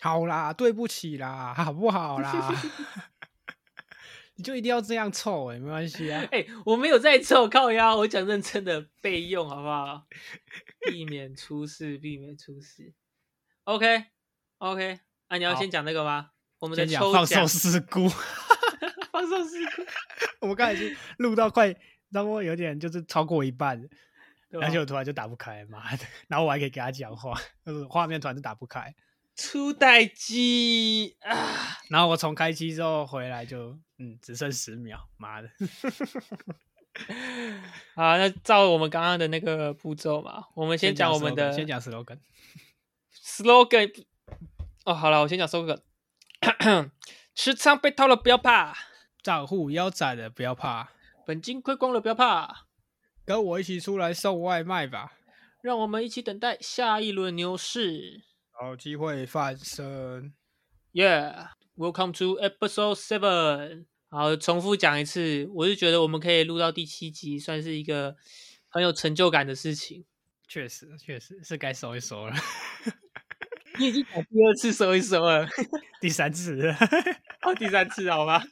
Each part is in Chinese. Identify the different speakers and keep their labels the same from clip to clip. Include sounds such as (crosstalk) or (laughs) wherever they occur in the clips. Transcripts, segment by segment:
Speaker 1: 好啦，对不起啦，好不好
Speaker 2: (laughs)
Speaker 1: 啦？ (laughs) 你就一定要这样凑哎、没关系啊。
Speaker 2: 哎、我没有在臭靠腰，我讲认真的备用好不好？避免出事，避免出事。OK OK，啊，你要
Speaker 1: 好
Speaker 2: 先讲那个吗？我们的
Speaker 1: 先讲
Speaker 2: 抽
Speaker 1: 放
Speaker 2: 奖
Speaker 1: 手，事故， (laughs)
Speaker 2: 放手事故，
Speaker 1: 我刚才已经录到快，差不多有点就是超过一半了，
Speaker 2: 对啊吧
Speaker 1: 而且我突然就打不开，妈的！然后我还可以给他讲话，就是画面突然就打不开。
Speaker 2: 初代机啊，
Speaker 1: 然后我重开机之后回来就，嗯，只剩十秒，妈的！
Speaker 2: 好，那照我们刚刚的那个步骤嘛，我 (laughs) 们先讲我们
Speaker 1: slogan，
Speaker 2: 的
Speaker 1: 先讲 slogan。
Speaker 2: slogan。哦，好了，我先讲 slogan。持仓被套了不要怕，
Speaker 1: 账户腰斩了，不要怕，
Speaker 2: 本金亏光了不要怕，
Speaker 1: 跟我一起出来送外卖吧，
Speaker 2: 让我们一起等待下一轮牛市。
Speaker 1: 找机会翻身。
Speaker 2: Yeah, welcome to episode seven。好，重复讲一次，我是觉得我们可以录到第七集，算是一个很有成就感的事情。
Speaker 1: 确实，确实是该收一收了，
Speaker 2: 你已经把第二次收一收了，
Speaker 1: 第三次了 (laughs)
Speaker 2: 哦，第三次好吗？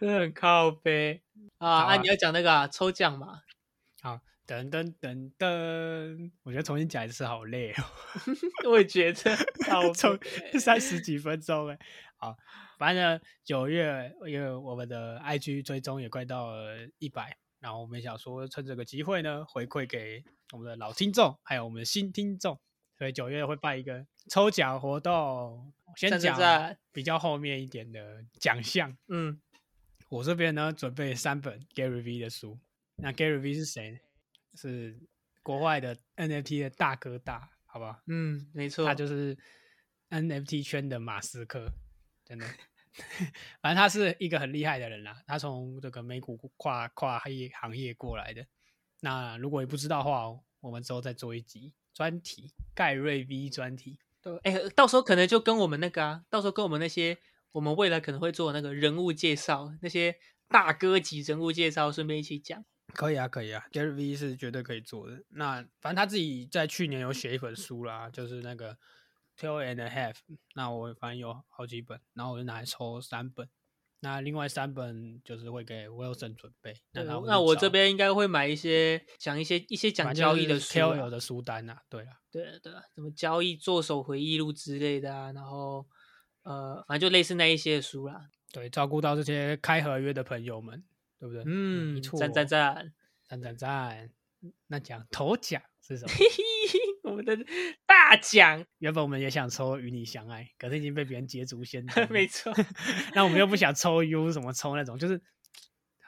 Speaker 2: 真的很靠背啊！
Speaker 1: 好啊
Speaker 2: 啊，你要讲那个、啊、抽奖嘛？
Speaker 1: 好，噔噔噔噔，我觉得重新讲一次好累哦。
Speaker 2: 我也觉
Speaker 1: (laughs)
Speaker 2: 得靠
Speaker 1: 从
Speaker 2: 背
Speaker 1: 三十几分钟哎、好，反正九月因为我们的 IG 追踪也快到了一百，然后我们想说趁这个机会呢，回馈给我们的老听众，还有我们的新听众，所以九月会办一个抽奖活动，先
Speaker 2: 赞赞
Speaker 1: 讲
Speaker 2: 赞
Speaker 1: 比较后面一点的奖项。
Speaker 2: 嗯，
Speaker 1: 我这边呢准备三本 Gary V 的书，那 Gary V 是谁呢？是国外的 NFT 的大哥大，好吧？
Speaker 2: 嗯，没错，
Speaker 1: 他就是 NFT 圈的马斯克，真的。 (laughs) 反正他是一个很厉害的人啦，他从这个美股跨跨业行业过来的。那如果你不知道的话，我们之后再做一集专题，盖瑞 V 专题。
Speaker 2: 对哎、到时候可能就跟我们那个啊，到时候跟我们那些我们未来可能会做的那个人物介绍，那些大哥级人物介绍，顺便一起讲。
Speaker 1: 可以啊，可以啊，Gary V 是绝对可以做的。那反正他自己在去年有写一本书啦，就是那个 Two and a Half。那我反正有好几本，然后我就拿来抽三本。那另外三本就是会给 Wilson 准备。那
Speaker 2: 对
Speaker 1: 他会
Speaker 2: 那
Speaker 1: 去
Speaker 2: 我
Speaker 1: 找
Speaker 2: 这边应该会买一些讲一些一些讲
Speaker 1: 反正
Speaker 2: 交易
Speaker 1: 就
Speaker 2: 的
Speaker 1: 是
Speaker 2: 书、
Speaker 1: KOL
Speaker 2: 啊，
Speaker 1: 的书单啊，对啦，
Speaker 2: 对对，什么交易做手回忆录之类的啊，然后呃，反正就类似那一些书啦。 (laughs)
Speaker 1: 对，照顾到这些开合约的朋友们，对不对？
Speaker 2: 嗯，
Speaker 1: 没错，
Speaker 2: 赞赞赞，
Speaker 1: 赞赞赞。那讲头奖是
Speaker 2: (laughs)
Speaker 1: 什么？
Speaker 2: 嘿嘿，我们的大奖，
Speaker 1: 原本我们也想抽与你相爱，可是已经被别人捷足先登了。
Speaker 2: (laughs) 没错，
Speaker 1: (laughs) 那我们又不想抽 U 什么抽那种，就是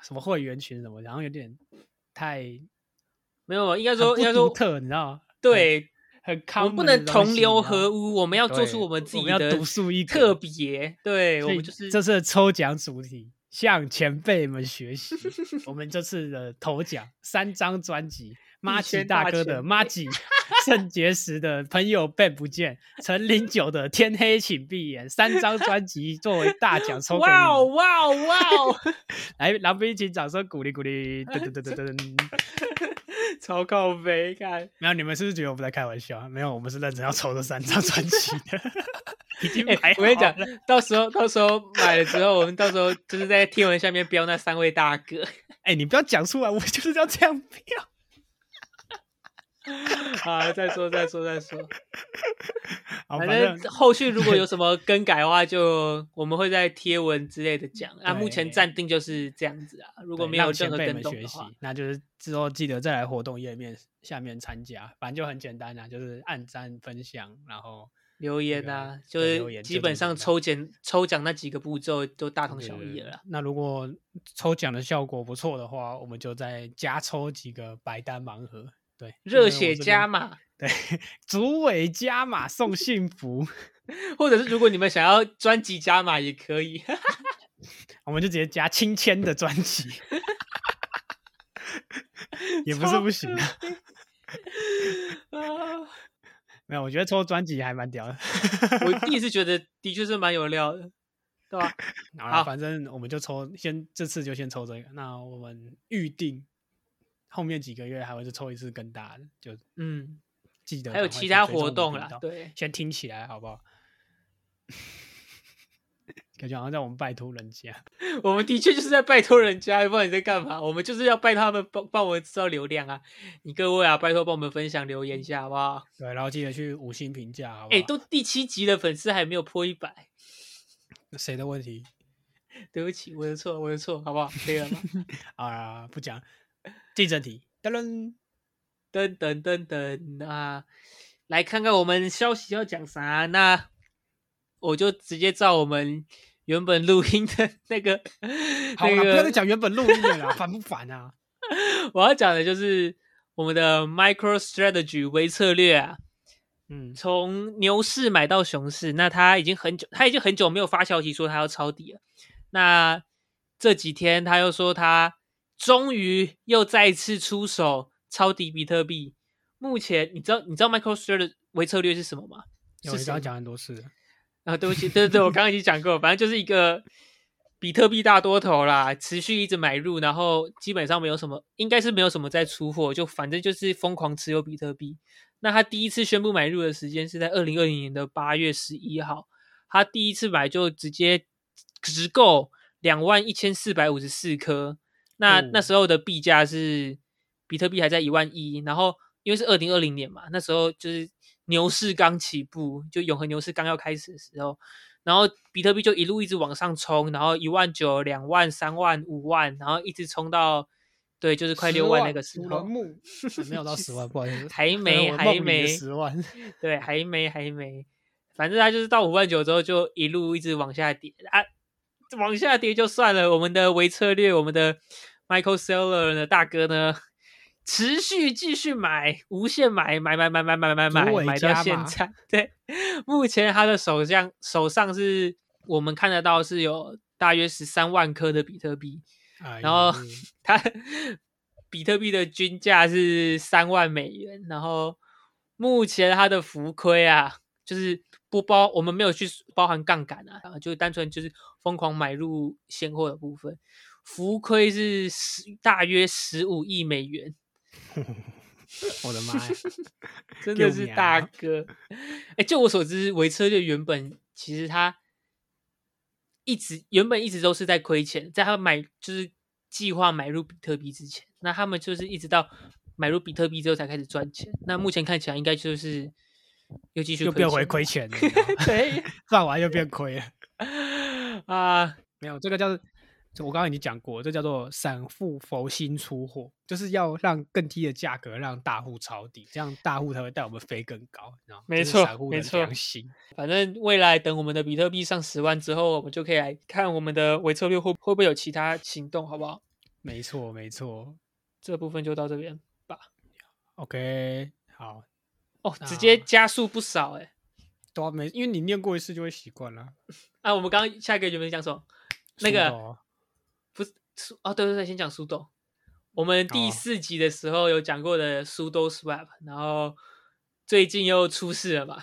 Speaker 1: 什么会员群什么，然后有点太
Speaker 2: 没有，应该
Speaker 1: 很
Speaker 2: 说
Speaker 1: 不
Speaker 2: 应该
Speaker 1: 独
Speaker 2: 说
Speaker 1: 特，你知道吗？
Speaker 2: 对，
Speaker 1: 很
Speaker 2: 我
Speaker 1: 康，
Speaker 2: 们不能同
Speaker 1: 啊
Speaker 2: 流合污，我们要
Speaker 1: 要
Speaker 2: 做出我们自己
Speaker 1: 要
Speaker 2: 的
Speaker 1: 独树一格
Speaker 2: 特。别，对我
Speaker 1: 所以
Speaker 2: 们就是
Speaker 1: 这次的抽奖主题向前辈们学习。
Speaker 2: (laughs)
Speaker 1: 我们这次的头奖三张专辑，马吉
Speaker 2: 圈
Speaker 1: 大
Speaker 2: 大
Speaker 1: 哥的
Speaker 2: 前
Speaker 1: 马
Speaker 2: (laughs)
Speaker 1: 吉，肾结石的朋友被不见，陈零九的天黑请闭眼，三张专辑作为大
Speaker 2: (laughs)
Speaker 1: 奖抽给你
Speaker 2: 哇
Speaker 1: 们
Speaker 2: 哦。哇哦
Speaker 1: (laughs)
Speaker 2: 哇哦，
Speaker 1: 来，狼兵，请掌声鼓励鼓
Speaker 2: (laughs)
Speaker 1: 励。噔噔噔噔噔。
Speaker 2: 超靠背，看，
Speaker 1: 没有，你们是不是觉得我们在开玩笑啊？没有，我们是认真要抽这三张专辑
Speaker 2: (laughs)
Speaker 1: 的，已经买
Speaker 2: 哎、
Speaker 1: 好
Speaker 2: 我跟你讲
Speaker 1: 了，
Speaker 2: 到时候到时候买了之后，我们到时候就是在贴文下面标那三位大哥。
Speaker 1: 哎、你不要讲出来，我就是要这样标。
Speaker 2: (laughs) 好，再说再说再说，
Speaker 1: 好，
Speaker 2: 反
Speaker 1: 反
Speaker 2: 正
Speaker 1: 正
Speaker 2: 后续如果有什么更改的话，就我们会在贴文之类的讲。啊，目前
Speaker 1: 对
Speaker 2: 暂定就是这样子啊，如
Speaker 1: 如
Speaker 2: 果没有任
Speaker 1: 前
Speaker 2: 何
Speaker 1: 辈
Speaker 2: 更
Speaker 1: 们
Speaker 2: 动
Speaker 1: 学
Speaker 2: 的
Speaker 1: 习
Speaker 2: 话，，
Speaker 1: 那就是之后记得再来活动页面下面参加，反正就很简单啦、就是按赞分享，然后
Speaker 2: 留言
Speaker 1: 个
Speaker 2: 啊，就
Speaker 1: 对留
Speaker 2: 是
Speaker 1: 言
Speaker 2: 基
Speaker 1: 就
Speaker 2: 本
Speaker 1: 这
Speaker 2: 上
Speaker 1: 样
Speaker 2: 抽奖抽奖那几个步骤都大同
Speaker 1: 对
Speaker 2: 小
Speaker 1: 对
Speaker 2: 异
Speaker 1: 对
Speaker 2: 了啦。
Speaker 1: 那如果抽奖的效果不错的话，我们就再加抽几个白单盲盒。对，因为
Speaker 2: 热
Speaker 1: 我这
Speaker 2: 血
Speaker 1: 边
Speaker 2: 加码，
Speaker 1: 对， (laughs) 组委加码送幸福，
Speaker 2: 或者是如果你们想要专辑加码也可以。
Speaker 1: 我们就直接加亲签的专辑， (laughs) 也不是
Speaker 2: 超
Speaker 1: 不行啊。
Speaker 2: (laughs) 啊，
Speaker 1: 没有，我觉得抽专辑还蛮屌的。
Speaker 2: 我第一次觉得的确是蛮有料的，对吧、
Speaker 1: 好啦，
Speaker 2: 好
Speaker 1: 反正我们就抽，先这次就先抽这个。那我们预定后面几个月还会再抽一次更大的，就
Speaker 2: 嗯，
Speaker 1: 记得
Speaker 2: 还有
Speaker 1: 赶快
Speaker 2: 其
Speaker 1: 去
Speaker 2: 他
Speaker 1: 追踪
Speaker 2: 活
Speaker 1: 我们
Speaker 2: 动
Speaker 1: 频
Speaker 2: 啦
Speaker 1: 道，
Speaker 2: 对，
Speaker 1: 先听起来好不好？ (laughs) 感觉好像在我们拜托人家。
Speaker 2: 我们的确就是在拜托人家，不知道你在干嘛。我们就是要拜托他们帮帮我们制造流量啊！你各位啊，拜托帮我们分享留言一下好不好？
Speaker 1: 对，然后记得去五星评价，好不好？
Speaker 2: 哎、都第七集的粉丝还没有破一百，
Speaker 1: 谁的问题
Speaker 2: 对不起，我的错，我的错，好不好？可以了吗？
Speaker 1: 啊？不讲，竞争题。噔噔，
Speaker 2: 噔噔噔噔，那来看看我们消息要讲啥？那我就直接照我们原本录音的那个 (laughs)
Speaker 1: 好啦，
Speaker 2: 那
Speaker 1: 不要再
Speaker 2: 个，
Speaker 1: 讲原本录音
Speaker 2: (laughs)
Speaker 1: 的啦，烦不烦啊？
Speaker 2: 我要讲的就是我们的 MicroStrategy 微策略啊，
Speaker 1: 嗯，
Speaker 2: 从牛市买到熊市，那他已经很久，他已经很久没有发消息说他要抄底了。那这几天他又说他终于又再次出手抄底比特币。目前你知道你知道 MicroStrategy 的微策略是什么吗？
Speaker 1: 有
Speaker 2: 是
Speaker 1: 你
Speaker 2: 谁
Speaker 1: 刚刚讲很多次了，
Speaker 2: 啊，对不起，对对对，我刚刚已经讲过，反正就是一个比特币大多头啦，持续一直买入，然后基本上没有什么，应该是没有什么在出货，就反正就是疯狂持有比特币。那他第一次宣布买入的时间是在二零二零年的八月十一号，他第一次买就直接直购两万一千四百五十四颗，那、
Speaker 1: 哦
Speaker 2: 那时候的币价是比特币还在一万一，然后因为是二零二零年嘛，那时候就是牛市刚起步，就永恒牛市刚要开始的时候，然后比特币就一路一直往上冲，然后一万九、两万、三万、五万，然后一直冲到对，就是快六万那个时
Speaker 1: 10,000
Speaker 2: 候，
Speaker 1: 目 (laughs) 没有到十万，不好意思，
Speaker 2: 还没还没
Speaker 1: 十
Speaker 2: (laughs)
Speaker 1: 万，
Speaker 2: 对，还没还没，反正它就是到五万九之后就一路一直往下跌啊，往下跌就算了。我们的微策略，我们的 Michael Seller 的大哥呢，持续继续买，无限买，买买买买买买买
Speaker 1: 主，尾
Speaker 2: 买到
Speaker 1: 加
Speaker 2: 现
Speaker 1: 码
Speaker 2: 在。 (laughs) 对，目前他的手上手上是我们看得到是有大约十三万颗的比特币，
Speaker 1: 哎
Speaker 2: 然后
Speaker 1: 呦
Speaker 2: 它比特币的均价是三万美元，然后目前它的浮亏啊，就是不包我们没有去包含杠杆啊，啊就单纯就是疯狂买入现货的部分，浮亏是十大约十五亿美元，
Speaker 1: 我的妈呀！
Speaker 2: (laughs) 真的
Speaker 1: 救
Speaker 2: 是
Speaker 1: 命啊
Speaker 2: 大哥。哎、就我所知，维策略原本其实他一直原本一直都是在亏钱，在他买就是计划买入比特币之前，那他们就是一直到买入比特币之后才开始赚钱。那目前看起来应该就是又继续
Speaker 1: 又变回
Speaker 2: 钱
Speaker 1: 亏钱
Speaker 2: 了。
Speaker 1: 了，你知道吗 (laughs)
Speaker 2: (laughs) 对
Speaker 1: 赚完又变亏了。
Speaker 2: 啊，
Speaker 1: 没有，这个叫这我刚刚已经讲过，这叫做散户佛心出货，就是要让更低的价格让大户抄底，这样大户才会带我们飞更高，你知道吗？
Speaker 2: 没
Speaker 1: 这是
Speaker 2: 错
Speaker 1: 散户
Speaker 2: 没
Speaker 1: 的
Speaker 2: 错
Speaker 1: 良心。
Speaker 2: 反正未来等我们的比特币上十万之后，我们就可以来看我们的维策略会会不会有其他行动，好不好？
Speaker 1: 没错，没错。
Speaker 2: 这部分就到这边
Speaker 1: OK，好，
Speaker 2: 哦，直接
Speaker 1: 那
Speaker 2: 加速不少哎、
Speaker 1: 对啊，没，因为你念过一次就会习惯了。
Speaker 2: 啊，我们刚刚下一个原本讲什么？那
Speaker 1: 输
Speaker 2: 个
Speaker 1: 到啊
Speaker 2: 不是苏哦，对对对，先讲苏豆。我们第
Speaker 1: 哦
Speaker 2: 四集的时候有讲过的苏豆 swap，然后最近又出事了嘛？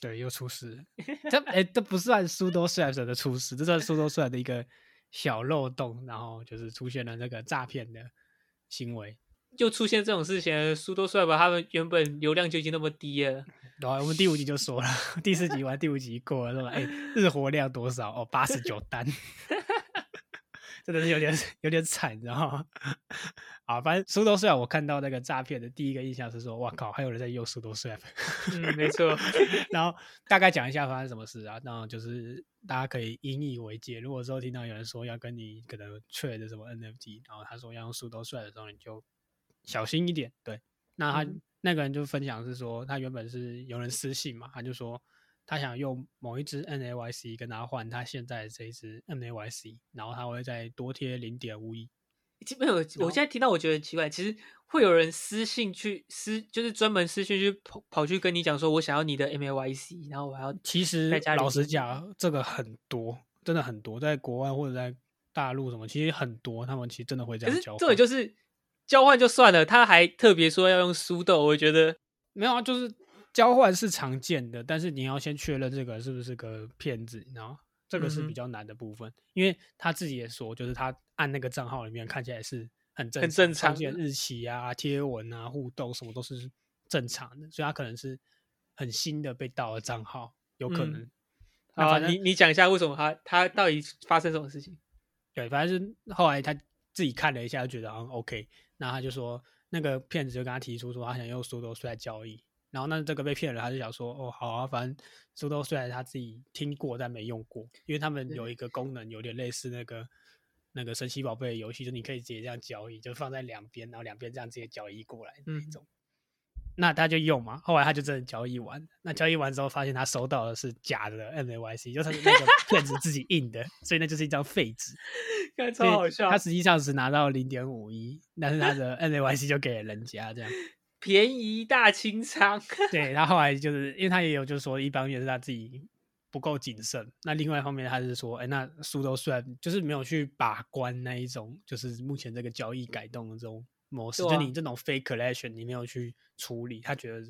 Speaker 1: 对，又出事了。这哎、这不算苏多斯莱的出事，这算苏多斯莱的一个小漏洞，然后就是出现了那个诈骗的行为。
Speaker 2: 又出现这种事情，苏豆 swap 他们原本流量就已经那么低了，
Speaker 1: 然后啊我们第五集就说了， (laughs) 第四集完第五集过了，是吧？哎，日活量多少？哦，八十九单， (laughs) 真的是有点有点惨，你知道吗？ (laughs) 啊，反正苏多 swap 我看到那个诈骗的第一个印象是说，哇靠，还有人在用苏多 swap。
Speaker 2: 嗯，没 (laughs) 错，
Speaker 1: 然后大概讲一下发生什么事啊，然后就是大家可以引以为戒。如果之后听到有人说要跟你可能 trade 什么 NFT，然后他说要用速斗帅的时候，你就小心一点。对，那他、
Speaker 2: 嗯
Speaker 1: 那个人就分享是说，他原本是有人私信嘛，他就说他想用某一只 NAYC 跟他换他现在这一只 NAYC，然后他会再多贴零点五一。
Speaker 2: 基本我我现在听到我觉得很奇怪，其实会有人私信去私，就是专门私信去跑跑去跟你讲说，我想要你的 M A Y C，然后我还要
Speaker 1: 其实
Speaker 2: 在家里
Speaker 1: 老实
Speaker 2: 听
Speaker 1: 讲，这个很多，真的很多，在国外或者在大陆什么，其实很多，他们其实真的会这
Speaker 2: 可
Speaker 1: 样
Speaker 2: 是
Speaker 1: 交
Speaker 2: 这
Speaker 1: 换。
Speaker 2: 种就是交换就算了，他还特别说要用苏豆，我觉得
Speaker 1: 没有啊，就是交换是常见的，但是你要先确认这个是不是个骗子，然后这个是
Speaker 2: 嗯哼
Speaker 1: 比较难的部分，因为他自己也说，就是他按那个账号里面看起来是很正
Speaker 2: 很正
Speaker 1: 常，上
Speaker 2: 常
Speaker 1: 线
Speaker 2: 的
Speaker 1: 日期啊、贴文啊、互动什么都是正常的，所以他可能是很新的被盗的账号，有可
Speaker 2: 嗯
Speaker 1: 能。那
Speaker 2: 好啊，
Speaker 1: 反正
Speaker 2: 你你讲一下为什么他他到底发生什么事情？ (laughs)
Speaker 1: 对，反正是后来他自己看了一下，觉得好像 OK，那他就说那个骗子就跟他提出说他想用苏州税来交易，然后那这个被骗人他就想说哦好啊，反正苏州虽然他自己听过但没用过，因为他们
Speaker 2: 对
Speaker 1: 有一个功能有点类似那个那个神奇宝贝的游戏，就你可以直接这样交易，就放在两边，然后两边这样直接交易过来那一
Speaker 2: 嗯
Speaker 1: 种。那他就用嘛，后来他就真的交易完。那交易完之后，发现他收到的是假的 MAYC，就是那
Speaker 2: (laughs)
Speaker 1: 个骗子自己印的，所以那就是一张废纸。
Speaker 2: 看
Speaker 1: 所以
Speaker 2: 超好笑
Speaker 1: 他，实际上只拿到零点五一，但是他
Speaker 2: (laughs)
Speaker 1: 的 NAYC 就给了人家这样。
Speaker 2: 便宜大清仓， (laughs)
Speaker 1: 对他后来就是因为他也有就是说，一方面是他自己不够谨慎，那另外一方面他是说，哎，那苏州虽然就是没有去把关那一种，就是目前这个交易改动的这种模式，
Speaker 2: 对
Speaker 1: 就
Speaker 2: 啊
Speaker 1: 你这种 fake collection 你没有去处理，他觉得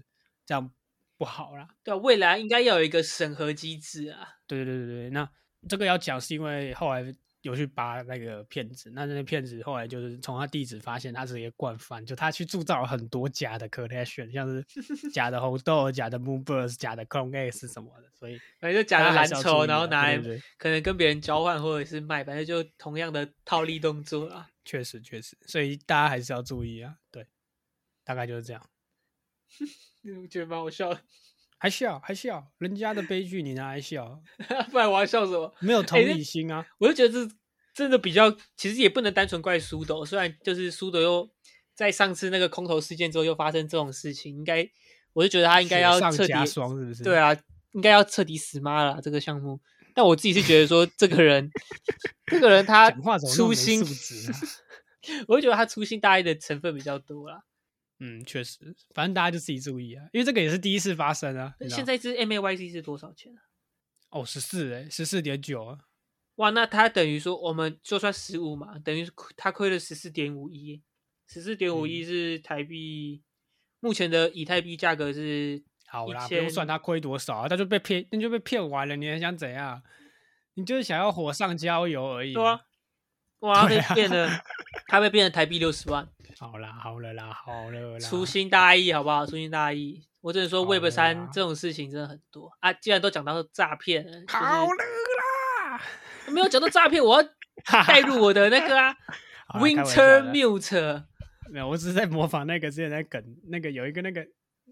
Speaker 1: 这样不好啦。
Speaker 2: 对啊，未来应该要有一个审核机制啊。
Speaker 1: 对对对对，那这个要讲是因为后来有去扒那个骗子，那那个骗子后来就是从他地址发现他是一个惯犯，就他去铸造了很多假的 collection，像是
Speaker 2: (laughs)
Speaker 1: 假的红豆、假的 moonbirds、假的 clone x 什么的，所以
Speaker 2: 反正就假的
Speaker 1: 大家还
Speaker 2: 蓝
Speaker 1: 是要
Speaker 2: 筹，
Speaker 1: 注意
Speaker 2: 然后
Speaker 1: 啊
Speaker 2: 拿来
Speaker 1: 对对对
Speaker 2: 可能跟别人交换或者是卖，反正就同样的套利动作啊。 (laughs)
Speaker 1: 确实确实，所以大家还是要注意啊。对，大概就是这样。
Speaker 2: 我嗯觉得蛮好笑的， (laughs)
Speaker 1: 还笑还笑，人家的悲剧你拿来笑，
Speaker 2: 不然我要笑什么？
Speaker 1: 没
Speaker 2: (laughs)
Speaker 1: 有同
Speaker 2: 哎那
Speaker 1: 理心啊。
Speaker 2: 我就觉得这真的比较，其实也不能单纯怪苏斗，虽然就是苏斗又在上次那个空头事件之后又发生这种事情，应该我就觉得他应该
Speaker 1: 雪
Speaker 2: 要
Speaker 1: 上
Speaker 2: 彻底
Speaker 1: 加霜是不是？
Speaker 2: 对啊，应该要彻底死妈了啦啊这个项目。但我自己是觉得说，这
Speaker 1: (laughs)
Speaker 2: 个人，这个人他
Speaker 1: 讲话怎么那么没
Speaker 2: 粗心，
Speaker 1: 素质啊
Speaker 2: 我就觉得他粗心大意的成分比较多啦。
Speaker 1: 嗯，确实，反正大家就自己注意啊，因为这个也是第一次发生啊。你知道
Speaker 2: 现在一支 MAYC 是多少钱啊？
Speaker 1: 哦，十四哎，十四点九啊，
Speaker 2: 哇，那他等于说我们就算十五嘛，等于亏他亏了十四点五一，十四点五
Speaker 1: 嗯
Speaker 2: 一是台币，目前的以太币价格是
Speaker 1: 好啦，
Speaker 2: 1000
Speaker 1: 不用算他亏多少啊，他就被骗，那就被骗完了，你还想怎样？你就是想要火上浇油而已。
Speaker 2: 对啊，，哇，他
Speaker 1: 对
Speaker 2: 被
Speaker 1: 啊
Speaker 2: 变了，
Speaker 1: (laughs)
Speaker 2: 他被变了台币六十万，
Speaker 1: 好啦，好了啦，好了啦，
Speaker 2: 粗心大意，好不好？粗心大意，我只能说
Speaker 1: 好
Speaker 2: Web
Speaker 1: 的
Speaker 2: 三
Speaker 1: 啦
Speaker 2: 这种事情真的很多啊。既然都讲到诈骗了，就
Speaker 1: 好了
Speaker 2: (laughs)
Speaker 1: 啦，
Speaker 2: 是没有讲到诈骗，我要带入我的那个啊
Speaker 1: (laughs) 好啦开玩笑
Speaker 2: ，Winter
Speaker 1: 的
Speaker 2: Mute，
Speaker 1: 没有，我只是在模仿那个之前在梗，那个有一个那个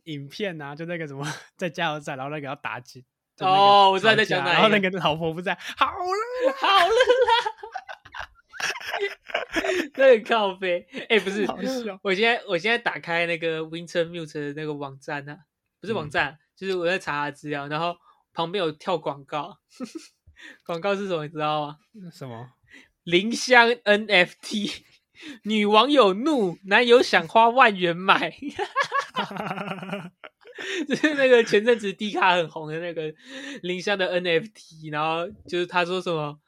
Speaker 1: 影片啊，就那个什么在加油站，然后那个要打起。就那个
Speaker 2: 哦我知道
Speaker 1: 吵
Speaker 2: 在讲
Speaker 1: 架
Speaker 2: 哪
Speaker 1: 然后
Speaker 2: 一
Speaker 1: 那
Speaker 2: 个
Speaker 1: 个老婆不在，好了，
Speaker 2: 好了啦， (laughs) 那很靠背，哎、不是
Speaker 1: 好笑，
Speaker 2: 我现在我现在打开那个 Winter Mute 的那个网站啊，不是网
Speaker 1: 嗯
Speaker 2: 站，就是我在查资料，然后旁边有跳广告， (laughs) 广告是什么你知道吗？
Speaker 1: 什么？
Speaker 2: 林香 NFT，女 (laughs) 网友怒，男友想花万元买， (laughs) 就是那个前阵子 D 卡很红的那个林香的 NFT，然后就是他说什么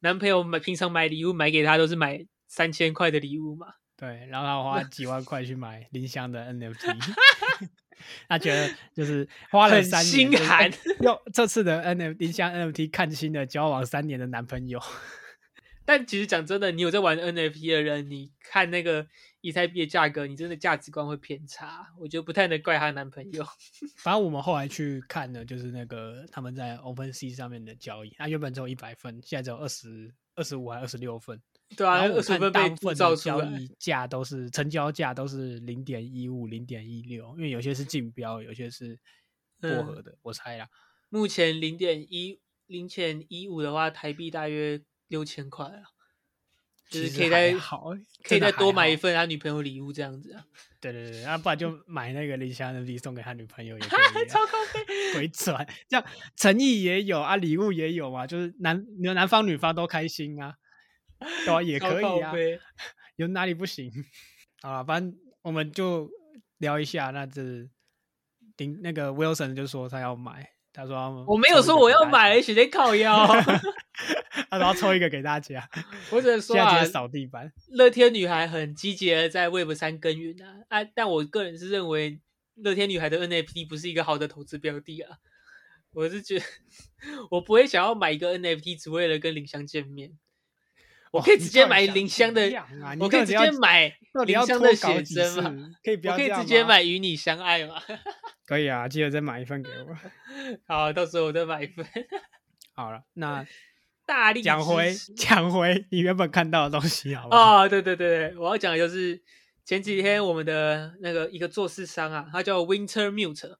Speaker 2: 男朋友买平常买礼物买给他都是买三千块的礼物嘛， (laughs)
Speaker 1: 对，然后他花几万块去买林香的 NFT，他 (laughs)
Speaker 2: (laughs)
Speaker 1: 觉得就是花了
Speaker 2: 很
Speaker 1: 三年，
Speaker 2: 心
Speaker 1: 就是哎
Speaker 2: 寒，
Speaker 1: 用这次的 NFT 林香 NFT 看清了交往三年的男朋友。
Speaker 2: 但其实讲真的，你有在玩 NFT 的人，你看那个以太币的价格，你真的价值观会偏差。我觉得不太能怪她男朋友。 (laughs)
Speaker 1: 反正我们后来去看的，就是那个他们在 OpenSea 上面的交易，啊那原本只有一百份，现在只有二十二十五还二十六份。
Speaker 2: 对啊，
Speaker 1: 然后我
Speaker 2: 二十
Speaker 1: 看
Speaker 2: 分
Speaker 1: 大
Speaker 2: 被
Speaker 1: 部分
Speaker 2: 造
Speaker 1: 的
Speaker 2: 出
Speaker 1: 交
Speaker 2: 来，
Speaker 1: 易价都是成交价都是零点一五、零点一六，因为有些是竞标，有些是薄
Speaker 2: 嗯
Speaker 1: 荷的，我猜啦。
Speaker 2: 目前零点一零点一五的话，台币大约六千块啊，就
Speaker 1: 其
Speaker 2: 是
Speaker 1: 实
Speaker 2: 可以
Speaker 1: 还
Speaker 2: 再
Speaker 1: 好
Speaker 2: 可
Speaker 1: 真
Speaker 2: 以
Speaker 1: 的
Speaker 2: 再多
Speaker 1: 还
Speaker 2: 买一
Speaker 1: 好
Speaker 2: 份他女朋友礼物这样子啊，
Speaker 1: 对对对，那不然就买那个林香的礼送给他女朋友也可以、啊
Speaker 2: (laughs) 超，高飞。
Speaker 1: 回转这样诚意也有啊，礼物也有嘛，就是男有男方女方都开心啊，对啊， (laughs) 也
Speaker 2: 超
Speaker 1: 可以
Speaker 2: 靠
Speaker 1: 啊，
Speaker 2: 背
Speaker 1: 有哪里不行？ (laughs) 好了，反正我们就聊一下，那这丁那个 Wilson 就说他要买，他说要
Speaker 2: 我没
Speaker 1: 抽
Speaker 2: 有说
Speaker 1: 一个
Speaker 2: 我
Speaker 1: 给
Speaker 2: 要
Speaker 1: 大
Speaker 2: 买，
Speaker 1: 家，
Speaker 2: 谁在靠腰？啊 (laughs)
Speaker 1: 他说要抽一个给大家，
Speaker 2: 我只能
Speaker 1: 现
Speaker 2: 说
Speaker 1: 在
Speaker 2: 啊
Speaker 1: 直接，扫地板。
Speaker 2: 乐天女孩很积极的在 Web 三耕耘啊啊！但我个人是认为乐天女孩的 NFT 不是一个好的投资标的啊。我是觉得 (laughs) 我不会想要买一个 NFT 只为了跟林香见面， (laughs) 我
Speaker 1: 哇
Speaker 2: 可以
Speaker 1: 你
Speaker 2: 直
Speaker 1: 到
Speaker 2: 接
Speaker 1: 底
Speaker 2: 买
Speaker 1: 想
Speaker 2: 林
Speaker 1: 怎
Speaker 2: 香的，
Speaker 1: 样啊你
Speaker 2: 我可以
Speaker 1: 到
Speaker 2: 直
Speaker 1: 底要
Speaker 2: 接买
Speaker 1: 到底
Speaker 2: 林
Speaker 1: 要
Speaker 2: 香
Speaker 1: 多
Speaker 2: 的
Speaker 1: 搞
Speaker 2: 写
Speaker 1: 几
Speaker 2: 真嘛，
Speaker 1: 次？可以不
Speaker 2: 我
Speaker 1: 要
Speaker 2: 可以
Speaker 1: 这
Speaker 2: 直
Speaker 1: 样
Speaker 2: 接
Speaker 1: 吗
Speaker 2: 买与你相爱嘛。 (laughs)
Speaker 1: 可以啊，记得再买一份给我。
Speaker 2: 好，到时候我再买一份。 (laughs)
Speaker 1: 好了，那
Speaker 2: 大力
Speaker 1: 讲
Speaker 2: 支
Speaker 1: 回
Speaker 2: 持
Speaker 1: 讲回你原本看到的东西，好不好？
Speaker 2: 啊、 (laughs) 对对对，对我要讲的就是前几天我们的那个一个做市商啊，他叫 Winter Mute，、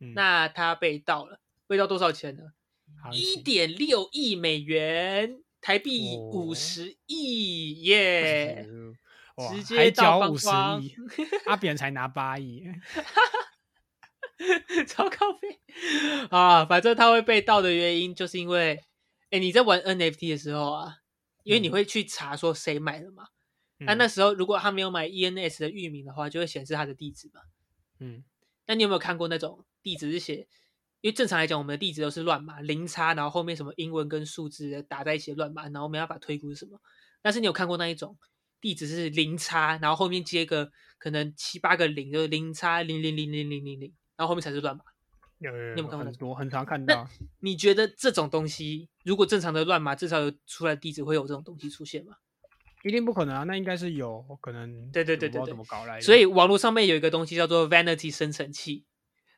Speaker 1: 嗯
Speaker 2: 那他被盗了，被盗多少钱呢？
Speaker 1: 好
Speaker 2: 一
Speaker 1: 请
Speaker 2: 点六亿美元，台币
Speaker 1: 哦
Speaker 2: 五十亿耶！
Speaker 1: 哇
Speaker 2: 直接
Speaker 1: 还
Speaker 2: 到
Speaker 1: 缴
Speaker 2: 帮
Speaker 1: 五十
Speaker 2: 帮 (laughs)
Speaker 1: 亿，阿扁才拿八亿，
Speaker 2: (laughs) 超高费啊！反正他会被盗的原因，就是因为，哎，你在玩 NFT 的时候啊，因为你
Speaker 1: 嗯
Speaker 2: 会去查说谁买了嘛。那、
Speaker 1: 嗯
Speaker 2: 啊那时候如果他没有买 ENS 的域名的话，就会显示他的地址嘛。
Speaker 1: 嗯
Speaker 2: 那你有没有看过那种地址是写？因为正常来讲，我们的地址都是乱码零差，然后后面什么英文跟数字打在一起的乱码，然后没办法推估是什么。但是你有看过那一种地址是零差，然后后面接个可能七八个零，就是零差零零零零零零零，然后后面才是乱码。
Speaker 1: 有有
Speaker 2: 你有没有看过
Speaker 1: 很
Speaker 2: 那
Speaker 1: 多很常看
Speaker 2: 那
Speaker 1: 到，
Speaker 2: 你觉得这种东西，如果正常的乱码，至少有出来地址会有这种东西出现吗？
Speaker 1: 一定不可能啊，那应该是有可能，
Speaker 2: 对对对
Speaker 1: 我不知道
Speaker 2: 对
Speaker 1: 怎么搞来的，
Speaker 2: 所以网络上面有一个东西叫做 vanity 生成器，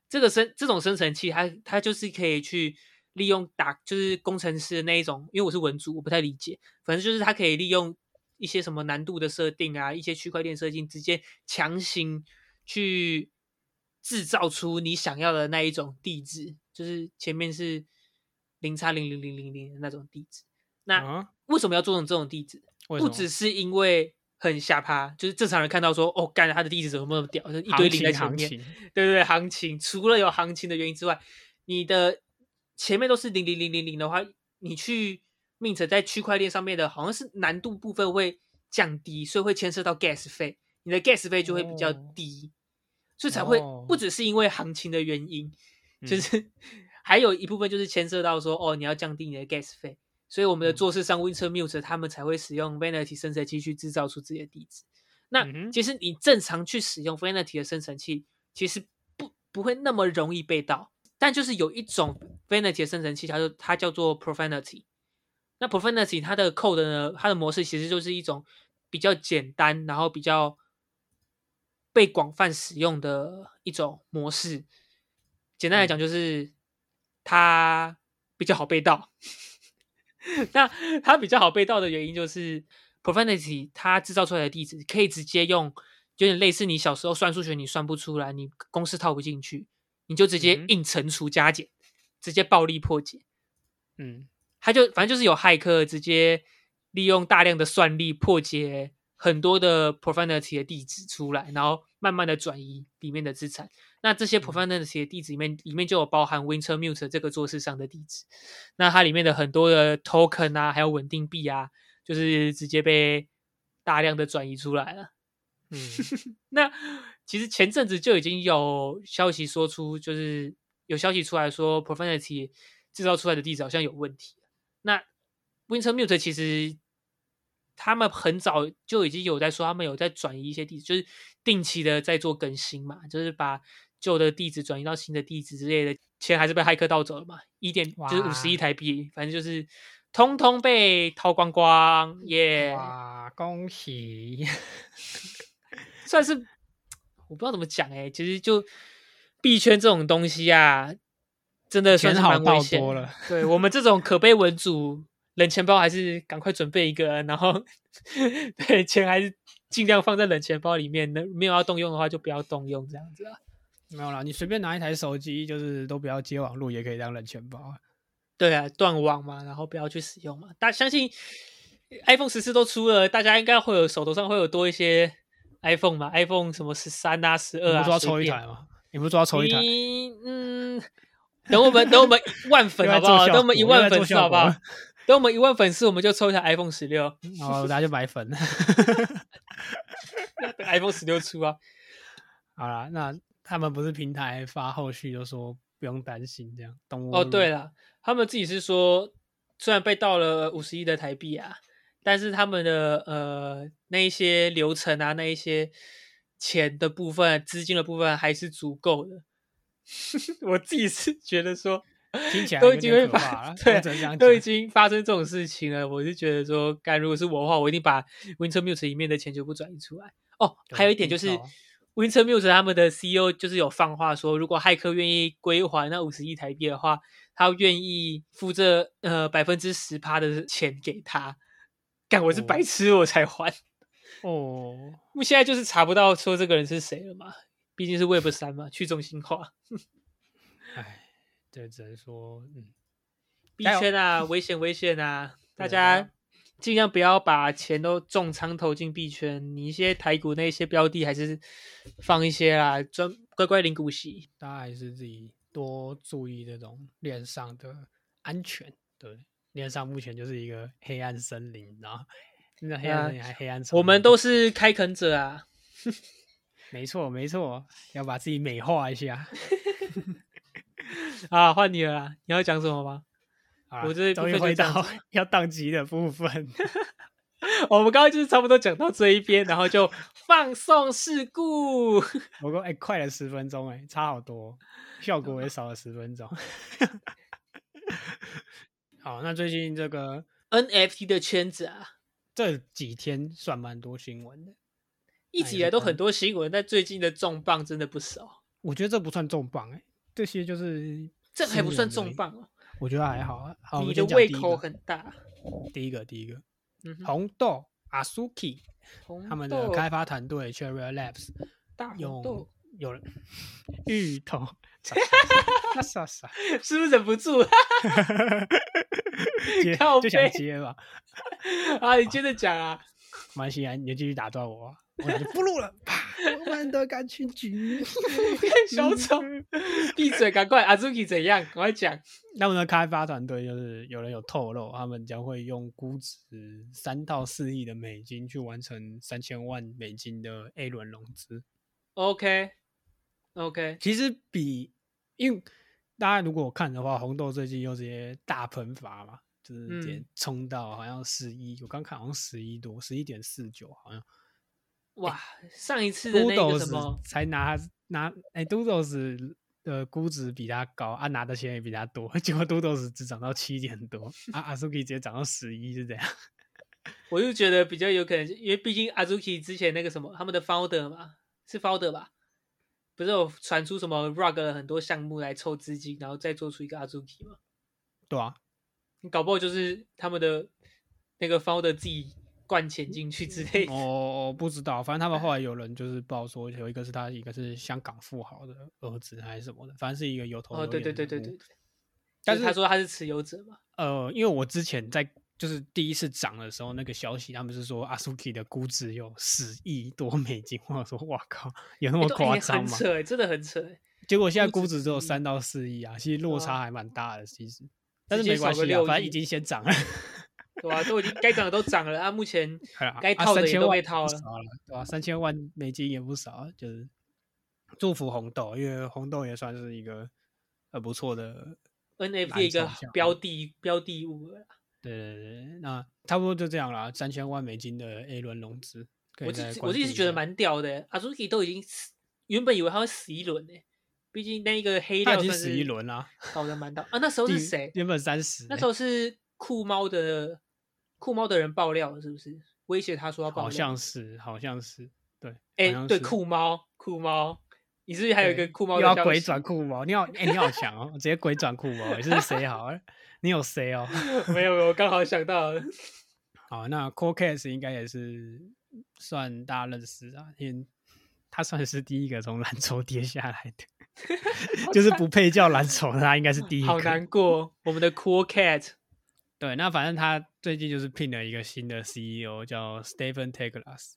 Speaker 2: 这个生这种生成器它，它就是可以去利用打就是工程师的那一种，因为我是文组，我不太理解，反正就是它可以利用一些什么难度的设定啊，一些区块链设定，直接强行去制造出你想要的那一种地址，就是前面是零叉零零零零零的那种地址。那
Speaker 1: 啊，
Speaker 2: 为什么要做成这种地址？
Speaker 1: 为
Speaker 2: 不
Speaker 1: 什么
Speaker 2: 只是因为很下趴，就是正常人看到说，哦，干他的地址怎么那么屌，就是一
Speaker 1: 行
Speaker 2: 堆零
Speaker 1: 情
Speaker 2: 在前
Speaker 1: 行
Speaker 2: 面，
Speaker 1: 情，
Speaker 2: 对对对，行情。除了有行情的原因之外，你的前面都是零零零零零的话，你去 mint 在区块链上面的，好像是难度部分会降低，所以会牵涉到 gas 费，你的 gas 费就会比较
Speaker 1: 哦
Speaker 2: 低，所以才会
Speaker 1: 哦
Speaker 2: 不只是因为行情的原因，就
Speaker 1: 嗯
Speaker 2: 是、 (laughs) 还有一部分就是牵涉到说，哦，你要降低你的 gas 费。所以我们的
Speaker 1: 嗯
Speaker 2: 做事上 Winter Mute 他们才会使用 Vanity 生成器去制造出自己的地址。那、
Speaker 1: 嗯哼
Speaker 2: 其实你正常去使用 Vanity 的生成器，其实不不会那么容易被盗。但就是有一种 Vanity 的生成器，它就它叫做 Profanity。那 Profanity 它的 code 呢，它的模式其实就是一种比较简单，然后比较被广泛使用的一种模式。
Speaker 1: 嗯
Speaker 2: 简单来讲，就是它比较好被盗。 (laughs) 那它比较好被盗的原因就是 Profanity 它制造出来的地址可以直接用，有点类似你小时候算数学你算不出来，你公式套不进去，你就直接
Speaker 1: 嗯哼
Speaker 2: 硬乘除加减，直接暴力破解。
Speaker 1: 嗯
Speaker 2: 他就反正就是有骇客直接利用大量的算力破解很多的 profanity 的地址出来，然后慢慢的转移里面的资产。那这些 profanity 的地址里面，里面就有包含 Winter Mute 这个做市商的地址。那它里面的很多的 token 啊，还有稳定币啊，就是直接被大量的转移出来了。 (laughs)
Speaker 1: 嗯
Speaker 2: 那其实前阵子就已经有消息说出，就是有消息出来说 Profanity 制造出来的地址好像有问题。那 Winter Mute 其实他们很早就已经有在说，他们有在转移一些地址，就是定期的在做更新嘛，就是把旧的地址转移到新的地址之类的。钱还是被骇客盗走了嘛？一点就是五十亿
Speaker 1: 哇
Speaker 2: 台币，反正就是通通被掏光光，耶、
Speaker 1: 哇，恭喜，
Speaker 2: (laughs) 算是我不知道怎么讲哎、其实就币圈这种东西啊，真的算
Speaker 1: 钱
Speaker 2: 是
Speaker 1: 好
Speaker 2: 蛮危
Speaker 1: 到
Speaker 2: 险
Speaker 1: 多
Speaker 2: 的。
Speaker 1: 了，
Speaker 2: 对我们这种可悲文主，冷钱包还是赶快准备一个，啊然后 (laughs) 对钱还是尽量放在冷钱包里面，能没有要动用的话就不要动用这样子啊。
Speaker 1: 没有啦，你随便拿一台手机，就是都不要接网路，也可以当冷钱包啊，
Speaker 2: 对啊，断网嘛，然后不要去使用嘛。大相信 iPhone 十四都出了，大家应该会有手头上会有多一些 iPhone 嘛，iPhone 什么十三啊、十
Speaker 1: 你
Speaker 2: 二
Speaker 1: 不
Speaker 2: 啊，
Speaker 1: 是要
Speaker 2: 随
Speaker 1: 抽一
Speaker 2: 便
Speaker 1: 台吗？你不是说要抽一台？
Speaker 2: 你嗯，等我们等我们一万粉
Speaker 1: 又
Speaker 2: 好
Speaker 1: 在
Speaker 2: 不
Speaker 1: 做
Speaker 2: 好？
Speaker 1: 效
Speaker 2: 等我们一
Speaker 1: 果又
Speaker 2: 万
Speaker 1: 在做
Speaker 2: 粉丝
Speaker 1: 效
Speaker 2: 好不好
Speaker 1: 果？
Speaker 2: 等我们一万粉丝，我们就抽一台 iPhone 十六
Speaker 1: 然后大家就买粉。 (laughs)
Speaker 2: ，iPhone (laughs) 十六出啊。
Speaker 1: 好啦，那他们不是平台发后续就说不用担心这样动物
Speaker 2: 哦，对了，他们自己是说，虽然被盗了五十亿的台币啊，但是他们的呃那一些流程啊，那一些钱的部分、资金的部分还是足够的。 (laughs) 我自己是觉得说，
Speaker 1: 听起来
Speaker 2: 都
Speaker 1: 有
Speaker 2: 已经
Speaker 1: 点
Speaker 2: 会
Speaker 1: 可怕
Speaker 2: 发
Speaker 1: 了，
Speaker 2: (laughs) 对
Speaker 1: 我只能这样
Speaker 2: 都已
Speaker 1: 讲
Speaker 2: 经发生这种事情了，我就觉得说，干如果是我的话，我一定把 Winter Mute 里面的钱全部转移出来。哦，还有一点
Speaker 1: 对
Speaker 2: 就
Speaker 1: 一定
Speaker 2: 是
Speaker 1: 要啊，
Speaker 2: Winter Muse 他们的 CEO 就是有放话说，如果骇客愿意归还那五十亿台币的话，他愿意付这呃百分之十趴的钱给他。干，我是白痴，我才还。
Speaker 1: 哦，
Speaker 2: 我现在就是查不到说这个人是谁了嘛，毕竟是 Web 三嘛，去中心化。
Speaker 1: 哎，这只能说，嗯，
Speaker 2: 币
Speaker 1: 加油
Speaker 2: 圈啊，危险危险啊！大
Speaker 1: 对啊
Speaker 2: 家尽量不要把钱都重仓投进币圈，你一些台股那些标的还是放一些啦，专乖乖领股息。
Speaker 1: 大家还是自己多注意这种链上的安全。对，链上目前就是一个黑暗森林，然后 (laughs) 那黑暗
Speaker 2: 啊
Speaker 1: 森林还黑暗丛林、
Speaker 2: 我们都是开垦者啊，
Speaker 1: 没错没错，要把自己美化一下。
Speaker 2: 啊，换你了啦，你要讲什
Speaker 1: (laughs)
Speaker 2: 么吗？
Speaker 1: 好啦
Speaker 2: 我这一部
Speaker 1: 啊终于
Speaker 2: 分就
Speaker 1: 回
Speaker 2: 这样
Speaker 1: 到 (laughs) 要宕机的部分。
Speaker 2: (laughs) 我们刚刚就是差不多讲到这一边，然后就放送事故。
Speaker 1: 不过哎，快了十分钟哎、差好多哦，效果也少了十分钟。 (laughs) 好，那最近这个
Speaker 2: NFT 的圈子啊，
Speaker 1: 这几天算蛮多新闻的，
Speaker 2: 一直以来都
Speaker 1: 哎你
Speaker 2: 很多新闻，但最近的重磅真的不少，
Speaker 1: 我觉得这不算重磅哎、这些就是
Speaker 2: 这还不算
Speaker 1: 新闻而
Speaker 2: 重
Speaker 1: 已，
Speaker 2: 磅哦。
Speaker 1: 我觉得还好啊。好，我
Speaker 2: 你
Speaker 1: 们
Speaker 2: 的
Speaker 1: 先讲
Speaker 2: 胃
Speaker 1: 第一
Speaker 2: 口
Speaker 1: 个
Speaker 2: 很大。
Speaker 1: 第一个第一个
Speaker 2: 嗯哼，
Speaker 1: 红豆 Azuki
Speaker 2: 红
Speaker 1: 他们
Speaker 2: 豆
Speaker 1: 的开发团队 Cherry Labs
Speaker 2: 大红
Speaker 1: 用 (laughs)
Speaker 2: 豆，
Speaker 1: 有人芋头， (laughs) 傻傻傻，
Speaker 2: 是不是忍不住
Speaker 1: (laughs) 接
Speaker 2: 靠
Speaker 1: 就想
Speaker 2: 背
Speaker 1: 接吧。
Speaker 2: (laughs) 啊？你接着讲啊！
Speaker 1: 马来西亚，你就继续打断我啊，我俩就不录了，啪！我们的感情 (laughs) 局，
Speaker 2: 哎小
Speaker 1: (laughs)
Speaker 2: 丑，
Speaker 1: 嗯
Speaker 2: 闭嘴，赶快！阿朱奇怎样？赶快讲。
Speaker 1: 他们的开发团队就是有人有透露，他们将会用估值三到四亿的美金去完成三千万美金的 A 轮融资。
Speaker 2: OK，OK，
Speaker 1: 其实比因为大家如果看的话，红豆最近又直接大喷发嘛，就是直接
Speaker 2: 嗯
Speaker 1: 冲到好像十一、我刚看好像十一多，十一点四九好像。
Speaker 2: 哇，上一次的那个什
Speaker 1: Doodles
Speaker 2: 么，
Speaker 1: 才拿拿哎、d o o d l e s 的估值比他高，啊拿的钱也比他多，结果 Doodles 只涨到七点多，啊阿苏 k 直接涨到十一是这样。
Speaker 2: 我就觉得比较有可能，因为毕竟阿朱奇之前那个什么，他们的 founder 嘛，是 founder 吧？不是有传出什么 rug 了很多项目来凑资金，然后再做出一个阿朱奇吗？
Speaker 1: 对啊，
Speaker 2: 你搞不好就是他们的那个 founder 自己灌钱进去之类的。
Speaker 1: 我我不知道，反正他们后来有人就是报说，有一个是他，一个是香港富豪的儿子还是什么的，反正是一个有头有
Speaker 2: 哦，对对
Speaker 1: 脸的
Speaker 2: 对对
Speaker 1: 人
Speaker 2: 对
Speaker 1: 物
Speaker 2: 对。
Speaker 1: 但
Speaker 2: 就是他说他是持有者嘛，
Speaker 1: 呃，因为我之前在就是第一次涨的时候，那个消息他们是说阿苏 k 的估值有十亿多美金，我说哇靠，有那
Speaker 2: 欸
Speaker 1: 么
Speaker 2: 都欸
Speaker 1: 夸张
Speaker 2: 很
Speaker 1: 吗？
Speaker 2: 扯欸，真的很扯欸，
Speaker 1: 结果现在
Speaker 2: 估
Speaker 1: 估
Speaker 2: 值
Speaker 1: 值只有
Speaker 2: 低
Speaker 1: 三到四亿啊，其实落
Speaker 2: 对啊
Speaker 1: 差还蛮大的，其实。但是
Speaker 2: 直接
Speaker 1: 没关
Speaker 2: 少个
Speaker 1: 系啊，
Speaker 2: 6
Speaker 1: 反正已
Speaker 2: 亿
Speaker 1: 经先涨
Speaker 2: (laughs)
Speaker 1: 了，
Speaker 2: 对吧、都已经该涨的都涨了，啊，目前该套
Speaker 1: 啊三
Speaker 2: 的也
Speaker 1: 千
Speaker 2: 都
Speaker 1: 万
Speaker 2: 被套
Speaker 1: 不
Speaker 2: 了
Speaker 1: 少了，对吧、三千万美金也不少啊，就是祝福红豆，因为红豆也算是一个呃不错的，
Speaker 2: NFT
Speaker 1: 蓝
Speaker 2: 一个
Speaker 1: 筹项目
Speaker 2: 标的标的物了啦。
Speaker 1: 对对对，那差不多就这样啦，三千万美金的 A 轮融资，可以
Speaker 2: 我
Speaker 1: 再
Speaker 2: 自
Speaker 1: 关
Speaker 2: 我自己
Speaker 1: 注
Speaker 2: 是
Speaker 1: 一
Speaker 2: 觉得
Speaker 1: 下
Speaker 2: 蛮屌的欸，Azuki 都已经死，原本以为他会死一轮呢，毕竟那一个黑
Speaker 1: 他
Speaker 2: 料
Speaker 1: 已经
Speaker 2: 算
Speaker 1: 死一
Speaker 2: 是
Speaker 1: 轮啦，
Speaker 2: 搞得蛮大啊。那时候是
Speaker 1: 第
Speaker 2: 谁？
Speaker 1: 原本三十、哎
Speaker 2: 那时候是酷猫的酷猫的人爆料了，是不是？威胁他说要爆料，
Speaker 1: 好像是好像是对，
Speaker 2: 哎、
Speaker 1: 好像
Speaker 2: 对
Speaker 1: 是
Speaker 2: 酷猫酷猫，你是不是还有一
Speaker 1: 对
Speaker 2: 个酷猫
Speaker 1: 又
Speaker 2: 的
Speaker 1: 要
Speaker 2: 消
Speaker 1: 鬼
Speaker 2: 息
Speaker 1: 转酷猫，你好，哎、你好强哦，直接鬼转酷猫，你是谁好啊？你有谁哦？
Speaker 2: 没有没有，我刚好想到了，
Speaker 1: 好，那 c o c a s 应该也是算大家认识啊，因为他算是第一个从蓝筹 (laughs) 跌下来的，
Speaker 2: (laughs)
Speaker 1: 就是不配叫蓝筹的，他应该是 (laughs) 第一
Speaker 2: 好
Speaker 1: 个。
Speaker 2: 难过。我们的 Cool Cat
Speaker 1: 对，那反正他最近就是聘了一个新的 CEO，叫 Stephen Teglas，、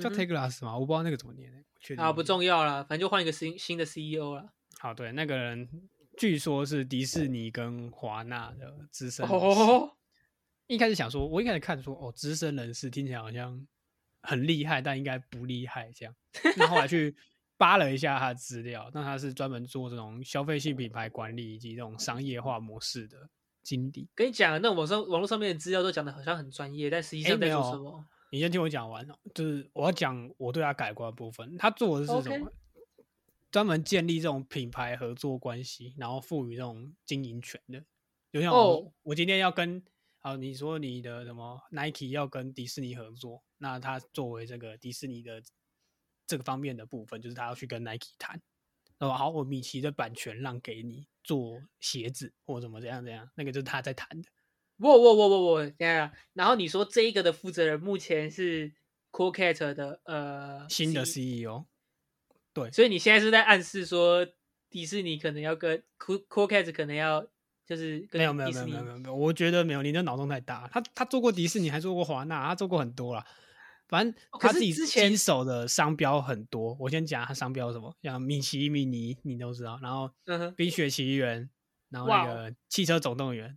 Speaker 1: 叫
Speaker 2: 嗯哼
Speaker 1: Teglas 吗？我不知道那个怎么念、欸，我确定
Speaker 2: 啊，不
Speaker 1: 念
Speaker 2: 重要啦，反正就换一个新新的 CEO 啦。
Speaker 1: 好，对，那个人据说是迪士尼跟华纳的资深人士。
Speaker 2: 哦，
Speaker 1: 一开始想说，我一开始看说，哦，资深人士听起来好像很厉害，但应该不厉害这
Speaker 2: (laughs)
Speaker 1: 样。那后来去扒了一下他的资料，那他是专门做这种消费性品牌管理以及这种商业化模式的经理。
Speaker 2: 跟你讲，那网上网络上面的资料都讲的好像很专业，但实际
Speaker 1: 哎
Speaker 2: 上在
Speaker 1: 没
Speaker 2: 做
Speaker 1: 有
Speaker 2: 什么？
Speaker 1: 你先听我讲完哦，就是我要讲我对他改观的部分。他做的是什
Speaker 2: OK
Speaker 1: 么？专门建立这种品牌合作关系，然后赋予这种经营权的。就像我、
Speaker 2: 哦
Speaker 1: 我今天要跟啊，你说你的什么 Nike 要跟迪士尼合作，那他作为这个迪士尼的这个方面的部分，就是他要去跟 Nike 谈，然后好，我米奇的版权让给你做鞋子或怎么怎样怎样，那个就是他在谈的。
Speaker 2: 我我我我我，等一下，然后你说这一个的负责人目前是 Cool Cat 的呃
Speaker 1: 新的 E
Speaker 2: C，
Speaker 1: CEO，
Speaker 2: 所以你现在是在暗示说迪士尼可能要跟 Cool Cool Cat 可能要就是跟
Speaker 1: 没有没有
Speaker 2: 迪
Speaker 1: 没有
Speaker 2: 士尼
Speaker 1: 没有没有没有，我觉得没有，你的脑洞太大了。他他做过迪士尼，还做过华纳，他做过很多啦。反正
Speaker 2: 哦可
Speaker 1: 他
Speaker 2: 是
Speaker 1: 自己
Speaker 2: 之前
Speaker 1: 经手的商标很多，我先讲他商标是什么，像米奇、米妮你都知道，然后
Speaker 2: 嗯哼
Speaker 1: 《冰雪奇缘》，然后
Speaker 2: 哇
Speaker 1: 那
Speaker 2: 哦
Speaker 1: 个《汽车总动员》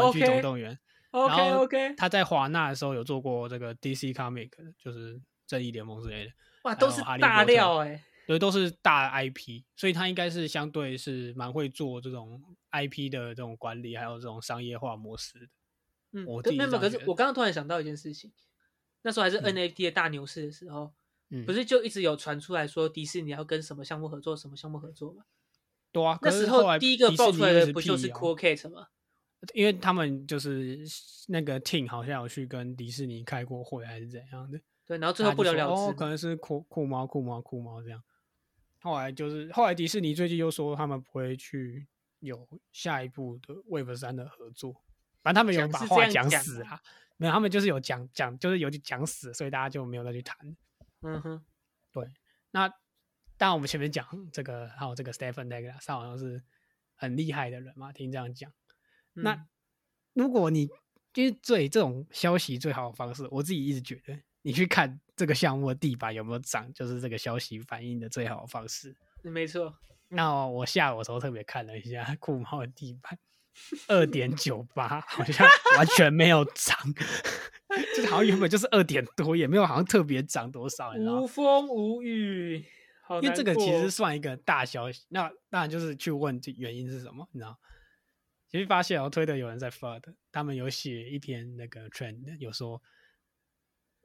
Speaker 1: 《玩具
Speaker 2: OK
Speaker 1: 总动员》
Speaker 2: ，OK
Speaker 1: 然后
Speaker 2: OK，
Speaker 1: 他在华纳的时候有做过这个 DC Comic，就是正义联盟之类的，
Speaker 2: 哇，
Speaker 1: 还
Speaker 2: 都
Speaker 1: 有
Speaker 2: 是
Speaker 1: 哈利
Speaker 2: 大
Speaker 1: 波特
Speaker 2: 料哎、
Speaker 1: 对，都是大 IP，所以他应该是相对是蛮会做这种 IP 的这种管理，还有这种商业化模式的。
Speaker 2: 嗯，
Speaker 1: 我自
Speaker 2: 可
Speaker 1: 己
Speaker 2: 没有，
Speaker 1: 这
Speaker 2: 没
Speaker 1: 样
Speaker 2: 有可是
Speaker 1: 觉得
Speaker 2: 我刚刚突然想到一件事情，那时候还是
Speaker 1: 嗯
Speaker 2: NFT 的大牛市的时候，
Speaker 1: 嗯，
Speaker 2: 不是就一直有传出来说迪士尼要跟什么项目合作，什么项目合作嘛？
Speaker 1: 对啊，
Speaker 2: 那
Speaker 1: 可
Speaker 2: 时
Speaker 1: 是后
Speaker 2: 候
Speaker 1: 来
Speaker 2: 第一个
Speaker 1: 迪士
Speaker 2: 爆
Speaker 1: 尼
Speaker 2: 出来
Speaker 1: 又
Speaker 2: 的
Speaker 1: 是啊
Speaker 2: 不就是
Speaker 1: PR
Speaker 2: Cool Cat 吗？
Speaker 1: 因为他们就是那个 team 好像有去跟迪士尼开过会还是怎样的，
Speaker 2: 对，然后最后
Speaker 1: 大家
Speaker 2: 不了
Speaker 1: 就说
Speaker 2: 了
Speaker 1: 哦，
Speaker 2: 之
Speaker 1: 可
Speaker 2: 嘛。
Speaker 1: 能是酷酷猫酷猫酷猫这样。后来就是后来迪士尼最近又说他们不会去有下一步的 Wave 三的合作，反正他们有
Speaker 2: 讲
Speaker 1: 把
Speaker 2: 是这
Speaker 1: 话
Speaker 2: 样
Speaker 1: 讲
Speaker 2: 讲
Speaker 1: 死
Speaker 2: 啊
Speaker 1: 啊，没有，他们就是有讲讲就是有讲死，所以大家就没有再去谈。
Speaker 2: 嗯哼，
Speaker 1: 那当然，我们前面讲这个，还有这个 Stephen n e g r a 他好像是很厉害的人嘛，听这样讲。那
Speaker 2: 嗯
Speaker 1: 如果你就是最这种消息最好的方式，我自己一直觉得，你去看这个项目的地板有没有涨，就是这个消息反应的最好的方式。
Speaker 2: 嗯没错，
Speaker 1: 那我下午的时候特别看了一下酷猫的地板，二点九八，好像完全没有涨， (laughs) 就是好像原本就是二点多，也没有好像特别涨多少，你知道吗
Speaker 2: 无？风无雨，好
Speaker 1: 因为这
Speaker 2: 难
Speaker 1: 个其
Speaker 2: 过哦
Speaker 1: 实算一个大消息，那当然就是去问这原因是什么，你知道？其实发现哦，推特有人在发的，他们有写一篇那个 trend，有说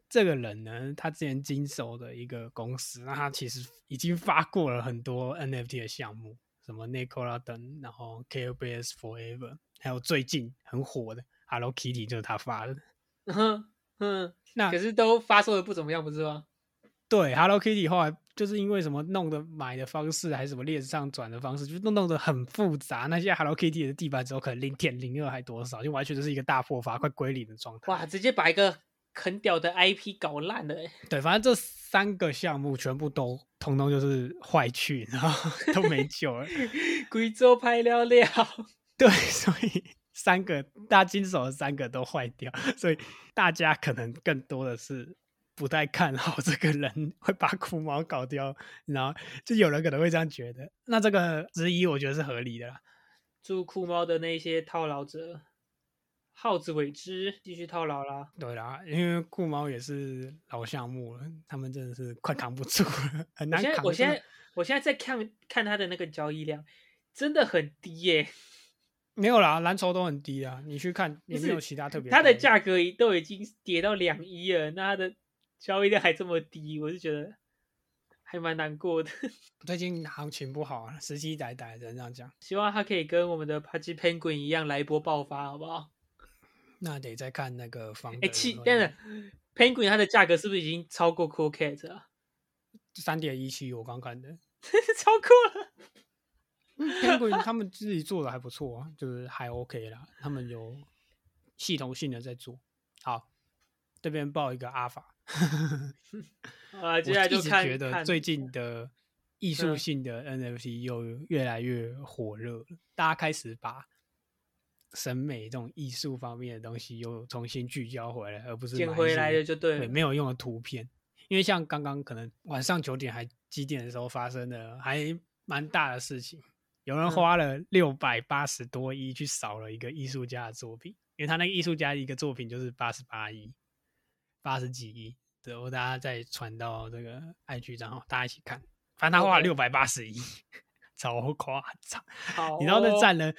Speaker 1: 这个人呢，他之前经手的一个公司，那他其实已经发过了很多 NFT 的项目，什么 Nicola 等，然后 KBS Forever，还有最近很火的 Hello Kitty 就是他发的。
Speaker 2: 嗯哼嗯，
Speaker 1: 那
Speaker 2: 可是都发售的不怎么样，不是吗？
Speaker 1: 对，Hello Kitty 后来就是因为什么弄的买的方式，还是什么链上转的方式，就弄弄得很复杂。那现在 Hello Kitty 的地板只有可能零点零二还多少，就完全就是一个大破发、快归零的状态。
Speaker 2: 哇，直接把一个很屌的 IP 搞烂了、欸， (laughs)
Speaker 1: 对，反正这三个项目全部都通通就是坏去，然后 (laughs) 都没救了。
Speaker 2: 贵州拍了了，
Speaker 1: (laughs) 对，所以三个大家经手的三个都坏掉，所以大家可能更多的是不太看好这个人会把苦毛搞掉，然后就有人可能会这样觉得。那这个质疑我觉得是合理的啦。
Speaker 2: 祝酷猫的那些套牢者耗子尾汁继续套牢啦。
Speaker 1: 对啦，因为酷猫也是老项目了，他们真的是快扛不住了，很
Speaker 2: 我
Speaker 1: 难
Speaker 2: 现在
Speaker 1: 扛。
Speaker 2: 我现
Speaker 1: 真的
Speaker 2: 在我现在在看看它的那个交易量，真的很
Speaker 1: (laughs)
Speaker 2: 低耶、
Speaker 1: 没有啦，蓝筹都很低啊，你去看也没有其他特别高。
Speaker 2: 它的价格已都已经跌到两亿了，那它的交易量还这么低，我是觉得还蛮难过的。 (laughs)
Speaker 1: 最近行情不好啊，时机歹歹，只能这样讲。
Speaker 2: 希望它可以跟我们的 p a g i Penguin 一样来一波爆发，好不好？
Speaker 1: 那得再看那个房。
Speaker 2: 哎、气，但是 Penguin 它的价格是不是已经超过 Cool Cat 啊？
Speaker 1: 三点一七，我刚看的。
Speaker 2: (laughs) 超过了。
Speaker 1: (laughs) Penguin 他们自己做的还不错啊，就是还 OK 啦，他们有系统性的在做。好，这边报一个阿法，
Speaker 2: 啊，接下
Speaker 1: 我
Speaker 2: 来就
Speaker 1: 一直
Speaker 2: 看
Speaker 1: 觉得
Speaker 2: 看
Speaker 1: 最近的艺术
Speaker 2: 嗯
Speaker 1: 性的 NFT 又越来越火热了，大家开始把审美这种艺术方面的东西又重新聚焦回来，而不是
Speaker 2: 捡
Speaker 1: 买一
Speaker 2: 回来
Speaker 1: 些
Speaker 2: 的就对
Speaker 1: 对
Speaker 2: 了。
Speaker 1: 没有用的图片，因为像刚刚可能晚上九点还几点的时候发生的还蛮大的事情，有人
Speaker 2: 嗯
Speaker 1: 花了六百八十多亿去扫了一个艺术家的作品，因为他那个艺术家一个作品就是八十八亿，八十几亿，然后大家再传到这个 IG 账哦号，大家一起看，反正他花了
Speaker 2: OK
Speaker 1: 六百八十亿， (laughs) 超夸张，
Speaker 2: 好
Speaker 1: 你知道那
Speaker 2: 哦
Speaker 1: 占了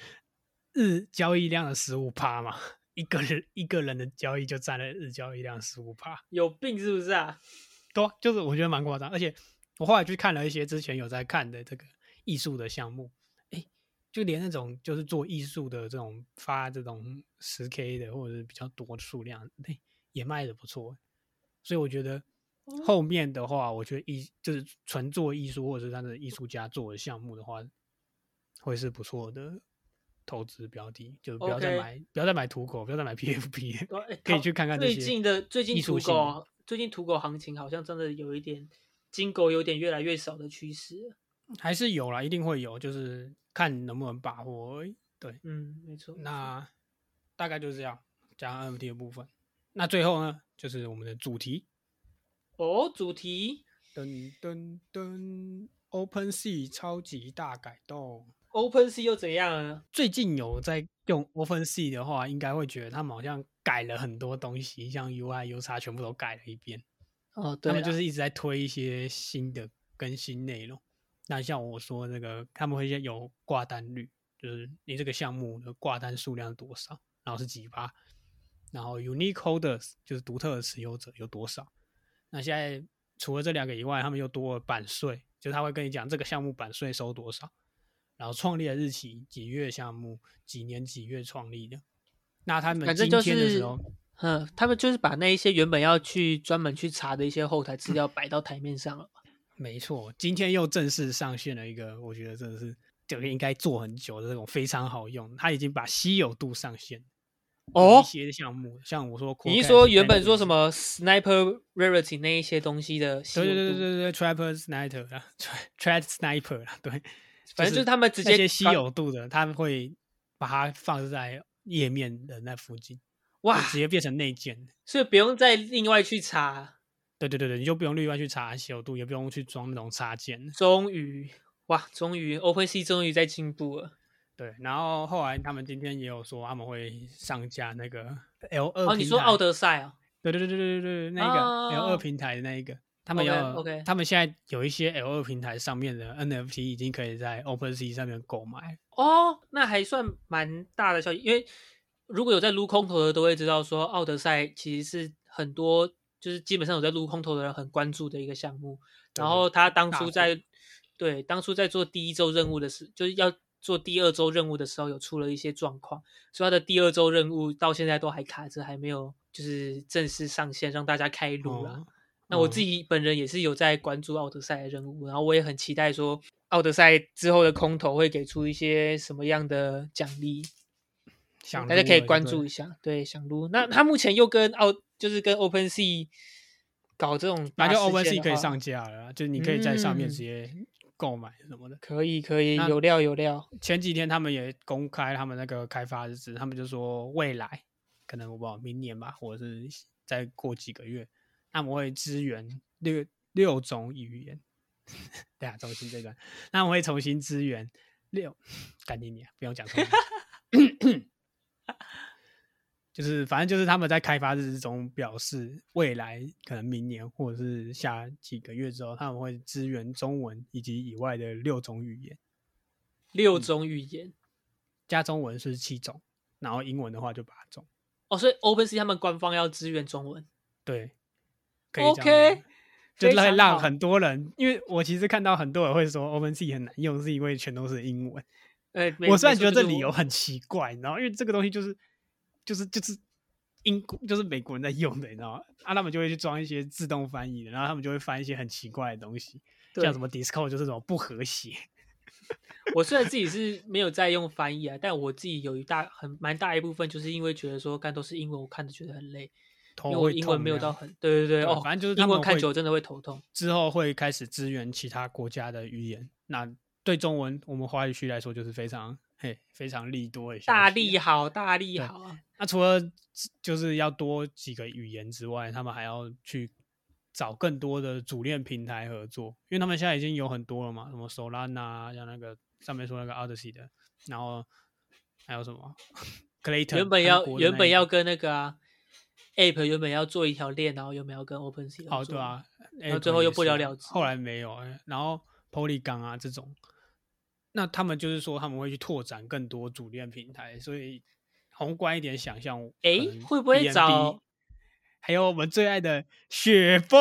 Speaker 1: 日交易量的十五趴吗？ (laughs) 一个人一个人的交易就占了日交易量十五趴，
Speaker 2: 有病是不是啊？
Speaker 1: 对啊、就是我觉得蛮夸张。而且我后来去看了一些之前有在看的这个艺术的项目，诶，就连那种就是做艺术的这种发这种十 K 的或者是比较多的数量，诶，也卖的不错。所以我觉得
Speaker 2: 哦
Speaker 1: 后面的话，我觉得艺就是纯做艺术或者是他的艺术家做的项目的话，会是不错的投资标的。就不要再
Speaker 2: OK
Speaker 1: 买不要再买土狗，不要再买 PFP，
Speaker 2: 哦哎
Speaker 1: 可以
Speaker 2: 好
Speaker 1: 去看看这
Speaker 2: 最
Speaker 1: 些
Speaker 2: 近的最近
Speaker 1: 艺术
Speaker 2: 土
Speaker 1: 性的
Speaker 2: 狗，最近土狗行情好像真的有一点金狗有点越来越少的趋势了。
Speaker 1: 还是有啦，一定会有，就是看能不能把握而已。对，
Speaker 2: 嗯，没错。
Speaker 1: 那大概就是这样，讲 NFT 的部分。那最后呢，就是我们的主题，
Speaker 2: 哦，主题
Speaker 1: 噔噔噔，Open Sea 超级大改动。
Speaker 2: Open Sea 又怎样啊？
Speaker 1: 最近有在用 Open Sea 的话，应该会觉得他们好像改了很多东西，像 UI、U 叉全部都改了一遍。
Speaker 2: 哦，
Speaker 1: 他
Speaker 2: 对
Speaker 1: 们
Speaker 2: 啦
Speaker 1: 就是一直在推一些新的更新内容。那像我说那个，他们会先有挂单率，就是你这个项目的挂单数量多少，然后是几趴，然后 unique holders 就是独特的持有者有多少。那现在除了这两个以外，他们又多了版税，就是他会跟你讲这个项目版税收多少，然后创立的日期、几月项目、几年几月创立的。那他们
Speaker 2: 反
Speaker 1: 今
Speaker 2: 正就
Speaker 1: 天的时
Speaker 2: 是
Speaker 1: 候，，
Speaker 2: 嗯，他们就是把那一些原本要去专门去查的一些后台资料摆到台面上了吧。
Speaker 1: 没错，今天又正式上线了一个，我觉得真的是这个应该做很久的这种非常好用，它已经把稀有度上线。有一
Speaker 2: 哦，
Speaker 1: 些项目像我说，
Speaker 2: 你一说原本说什？么 Sniper Rarity 那一些东西的稀有
Speaker 1: 对
Speaker 2: 度，
Speaker 1: 对对对对，Trapper Sniper 啊，Trap (laughs) Sniper 啊，对，
Speaker 2: 反正就是他们直
Speaker 1: 那
Speaker 2: 接
Speaker 1: 些稀
Speaker 2: 搞
Speaker 1: 有度的，他们会把它放在页面的那附近，就
Speaker 2: 哇，
Speaker 1: 直接变成内建。
Speaker 2: 所以不用再另外去查。
Speaker 1: 对对对对，你就不用另外去查稀有度，也不用去装那种插件。
Speaker 2: 终于，哇，终于 OpenSea 终于在进步了。
Speaker 1: 对，然后后来他们今天也有说他们会上架那个 (laughs) L 二、
Speaker 2: 哦，你说奥？德赛哦，
Speaker 1: 对对对对对对，对那个 L
Speaker 2: 哦
Speaker 1: 二平台的那一个，他们
Speaker 2: OK，
Speaker 1: 要
Speaker 2: OK
Speaker 1: 他们现在有一些 L 二平台上面的 NFT 已经可以在 OpenSea 上面购买。
Speaker 2: 哦，那还算蛮大的效益，因为如果有在撸空投的，都会知道说奥德赛其实是很多就是基本上有在撸空投的人很关注的一个项目。
Speaker 1: 对
Speaker 2: 然
Speaker 1: 对
Speaker 2: 后他当
Speaker 1: 大
Speaker 2: 初
Speaker 1: 户
Speaker 2: 在对当初在做第一周任务的时，就是要做第二周任务的时候，有出了一些状况，所以他的第二周任务到现在都还卡着，还没有就是正式上线让大家开撸啦。
Speaker 1: 哦
Speaker 2: 那我
Speaker 1: 嗯
Speaker 2: 自己本人也是有在关注奥德赛的任务，然后我也很期待说奥德赛之后的空投会给出一些什么样的奖励，
Speaker 1: 想
Speaker 2: 大家可以关
Speaker 1: 一
Speaker 2: 注
Speaker 1: 下。
Speaker 2: 一下。对，想撸。那他目前又跟奥就是跟 Open Sea 搞这种
Speaker 1: 反
Speaker 2: 大
Speaker 1: 正
Speaker 2: 事
Speaker 1: OpenSea
Speaker 2: 件的
Speaker 1: E 可以
Speaker 2: 话
Speaker 1: 上架了啦，就是你可以在上面
Speaker 2: 嗯
Speaker 1: 直接购买什么的。
Speaker 2: 可以可以，
Speaker 1: 那
Speaker 2: 有料有料。
Speaker 1: 前几天他们也公开他们那个开发日志，他们就说未来可能我不知道明年吧，或者是再过几个月，他们会支援六六种语言。 (laughs) 对啊，重新这段，那我会重新支援六，赶紧你啊，不用讲重新 (coughs) 就是反正就是他们在开发日志中表示，未来可能明年或者是下几个月之后，他们会支援中文以及以外的六种语言。
Speaker 2: 六种语言、
Speaker 1: 加中文是七种，然后英文的话就八种。
Speaker 2: 哦，所以 Open Sea 他们官方要支援中文。
Speaker 1: 对，可以这样
Speaker 2: OK，
Speaker 1: 用就
Speaker 2: 非
Speaker 1: 让
Speaker 2: 常
Speaker 1: 让
Speaker 2: 好
Speaker 1: 很多人，因为我其实看到很多人会说哦 OpenSea 很难用，是因为全都是英文。
Speaker 2: 呃，没
Speaker 1: 我虽然
Speaker 2: 没
Speaker 1: 觉得
Speaker 2: 错
Speaker 1: 这
Speaker 2: 就是
Speaker 1: 理由
Speaker 2: 我
Speaker 1: 很奇怪，你知道吗，因为这个东西就是就是就是英国就是美国人在用的，你知道吗？啊，他们就会去装一些自动翻译的，然后他们就会翻一些很奇怪的东西，
Speaker 2: 对
Speaker 1: 像什么 Discord 就是什么不和谐。
Speaker 2: 我虽然自己是没有在用翻译啊，但我自己有一大很蛮大一部分，就是因为觉得说看都是英文，我看着觉得很累，
Speaker 1: 头
Speaker 2: 因为我
Speaker 1: 哦会
Speaker 2: 英文
Speaker 1: 痛
Speaker 2: 没有
Speaker 1: 这样
Speaker 2: 到很对对对
Speaker 1: 对
Speaker 2: 哦，
Speaker 1: 反正就是他
Speaker 2: 英
Speaker 1: 们
Speaker 2: 文看
Speaker 1: 会
Speaker 2: 久了真的会头痛。
Speaker 1: 之后会开始支援其他国家的语言。那对中文我们华语区来说，就是非常嘿非常利多的消息啊
Speaker 2: 大利。好，大利
Speaker 1: 对
Speaker 2: 好啊！
Speaker 1: 那除了就是要多几个语言之外，他们还要去找更多的主链平台合作，因为他们现在已经有很多了嘛，什么 Solana，像啊那个上面说那个 Odyssey 的，然后还有什么 (laughs) Clayton，
Speaker 2: 原本
Speaker 1: 韩
Speaker 2: 要
Speaker 1: 国的
Speaker 2: 原
Speaker 1: 那
Speaker 2: 本
Speaker 1: 一
Speaker 2: 要
Speaker 1: 个
Speaker 2: 跟那个啊 App 原本要做一条链，然后原本要跟 OpenSea 合
Speaker 1: 哦对
Speaker 2: 作
Speaker 1: 啊，
Speaker 2: 然后最后
Speaker 1: Apple
Speaker 2: 又
Speaker 1: 也
Speaker 2: 不
Speaker 1: 是
Speaker 2: 了
Speaker 1: 啊
Speaker 2: 了之
Speaker 1: 后来没有，哎然后 Polygon 啊这种，那他们就是说他们会去拓展更多主链平台，所以宏观一点想象，
Speaker 2: 诶
Speaker 1: 可能
Speaker 2: 会不会
Speaker 1: BNB
Speaker 2: 找
Speaker 1: 还有我们最爱的雪崩？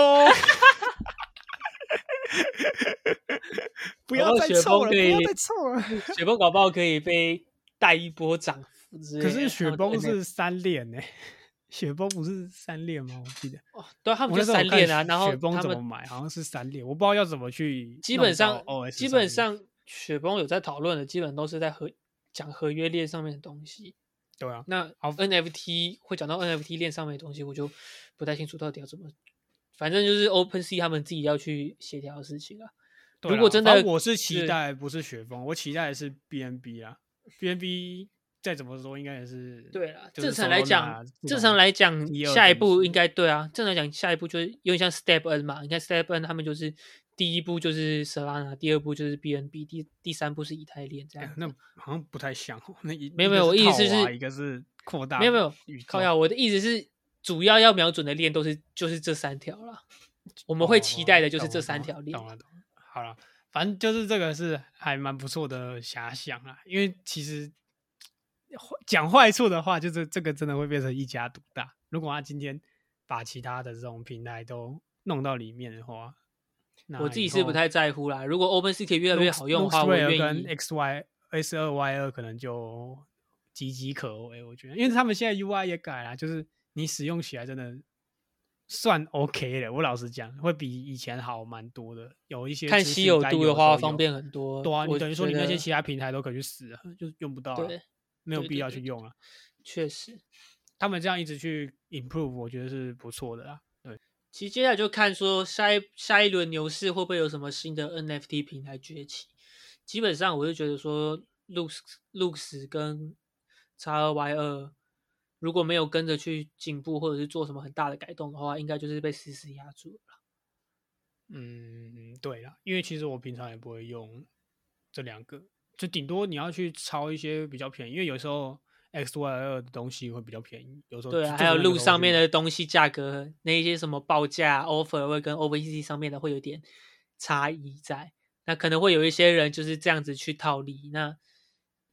Speaker 1: 不要
Speaker 2: 搞不
Speaker 1: 再
Speaker 2: 好哦雪
Speaker 1: 凑了，
Speaker 2: 崩可
Speaker 1: 不要
Speaker 2: 以
Speaker 1: 再凑了。
Speaker 2: (laughs) 雪崩搞不好可以被带一波涨幅之类
Speaker 1: 可
Speaker 2: 的。
Speaker 1: 是雪
Speaker 2: 他们
Speaker 1: 崩
Speaker 2: 对
Speaker 1: 是三链呢、 (laughs) 雪崩不是三列吗？我记得
Speaker 2: 哦对啊，他
Speaker 1: 我
Speaker 2: 们
Speaker 1: 那
Speaker 2: 就
Speaker 1: 时候
Speaker 2: 三
Speaker 1: 有看
Speaker 2: 连啊，然后
Speaker 1: 雪崩
Speaker 2: 他
Speaker 1: 怎么哦
Speaker 2: 们
Speaker 1: 买好像是三列，我不知道要怎么去。
Speaker 2: 基本上
Speaker 1: OS
Speaker 2: 基
Speaker 1: 上
Speaker 2: 本
Speaker 1: 面
Speaker 2: 上雪崩有在讨论的，基本都是在合讲合约链上面的东西。
Speaker 1: 对啊，
Speaker 2: 那
Speaker 1: 好
Speaker 2: NFT 会讲到 NFT 链上面的东西，我就不太清楚到底要怎么。反正就是 OpenSea 他们自己要去协调的事情啊。
Speaker 1: 对
Speaker 2: 如
Speaker 1: 啦
Speaker 2: 果真
Speaker 1: 反
Speaker 2: 的
Speaker 1: 正我是期
Speaker 2: 是
Speaker 1: 待不是雪崩，我期待的是 BNB 啊，BNB 再怎么说应该也是
Speaker 2: 对啦，
Speaker 1: 就是
Speaker 2: 正常来
Speaker 1: Solana
Speaker 2: 讲
Speaker 1: 这，种
Speaker 2: 正常来讲
Speaker 1: 一，二
Speaker 2: 下一
Speaker 1: 等
Speaker 2: 步
Speaker 1: 级
Speaker 2: 应该对啊。正常来讲，下一步就是有点像 Step N 嘛。你看 Step N 他们就是第一步就是 Solana，第二步就是 BNB，第第三步是以太链这
Speaker 1: 哎
Speaker 2: 样
Speaker 1: 呀
Speaker 2: 子。
Speaker 1: 那好像不太像哦。那一
Speaker 2: 没
Speaker 1: 一
Speaker 2: 有没
Speaker 1: 个
Speaker 2: 有，我意
Speaker 1: 套
Speaker 2: 思
Speaker 1: 娃
Speaker 2: 是
Speaker 1: 一个是扩大，
Speaker 2: 没有没有，靠呀，我的意思是主要要瞄准的链都是就是这三条啦。我
Speaker 1: 我
Speaker 2: 们会期待的就是这三条链
Speaker 1: 哦懂。了懂了。好了，反正就是这个是还蛮不错的遐想啊，因为其实讲坏处的话，就是这个真的会变成一家独大。如果他今天把其他的这种平台都弄到里面的话，那
Speaker 2: 我自己
Speaker 1: 以
Speaker 2: 是不
Speaker 1: 后
Speaker 2: 太在乎啦。如果 OpenSea 可以越来越好用的话，我
Speaker 1: Luxray
Speaker 2: 愿
Speaker 1: 跟
Speaker 2: 意。
Speaker 1: X Y S 二 Y 二可能就岌岌可危，我觉得，因为他们现在 U I 也改了，就是你使用起来真的算 OK 了。我老实讲，会比以前好蛮多的。有一些
Speaker 2: 看
Speaker 1: 资
Speaker 2: 稀
Speaker 1: 讯
Speaker 2: 有
Speaker 1: 该
Speaker 2: 度
Speaker 1: 有
Speaker 2: 的话，
Speaker 1: 都有
Speaker 2: 方便很多。
Speaker 1: 对啊，你
Speaker 2: 我
Speaker 1: 等于说
Speaker 2: 觉
Speaker 1: 你那些
Speaker 2: 得
Speaker 1: 其他平台都可以去死了，就是用不到了
Speaker 2: 对，
Speaker 1: 没有
Speaker 2: 对
Speaker 1: 必
Speaker 2: 对
Speaker 1: 要
Speaker 2: 对
Speaker 1: 去
Speaker 2: 对
Speaker 1: 用了。
Speaker 2: 确实。
Speaker 1: 他们这样一直去 improve，我觉得是不错的啦。
Speaker 2: 其实接下来就看说下一下一轮牛市会不会有什么新的 NFT 平台崛起。基本上我就觉得说，Lux Lux 跟 X 二 Y 二如果没有跟着去进步，或者是做什么很大的改动的话，应该就是被死死压住了。
Speaker 1: 嗯，对啦，因为其实我平常也不会用这两个，就顶多你要去抄一些比较便宜，因为有时候 X Y 二的东西会比较便宜，有时候
Speaker 2: 对
Speaker 1: 就
Speaker 2: 啊，还有路上面，
Speaker 1: 就
Speaker 2: 的东西价格，那一些什么报价 offer 会跟 OpenSea 上面的会有点差异在，那可能会有一些人就是这样子去套利。那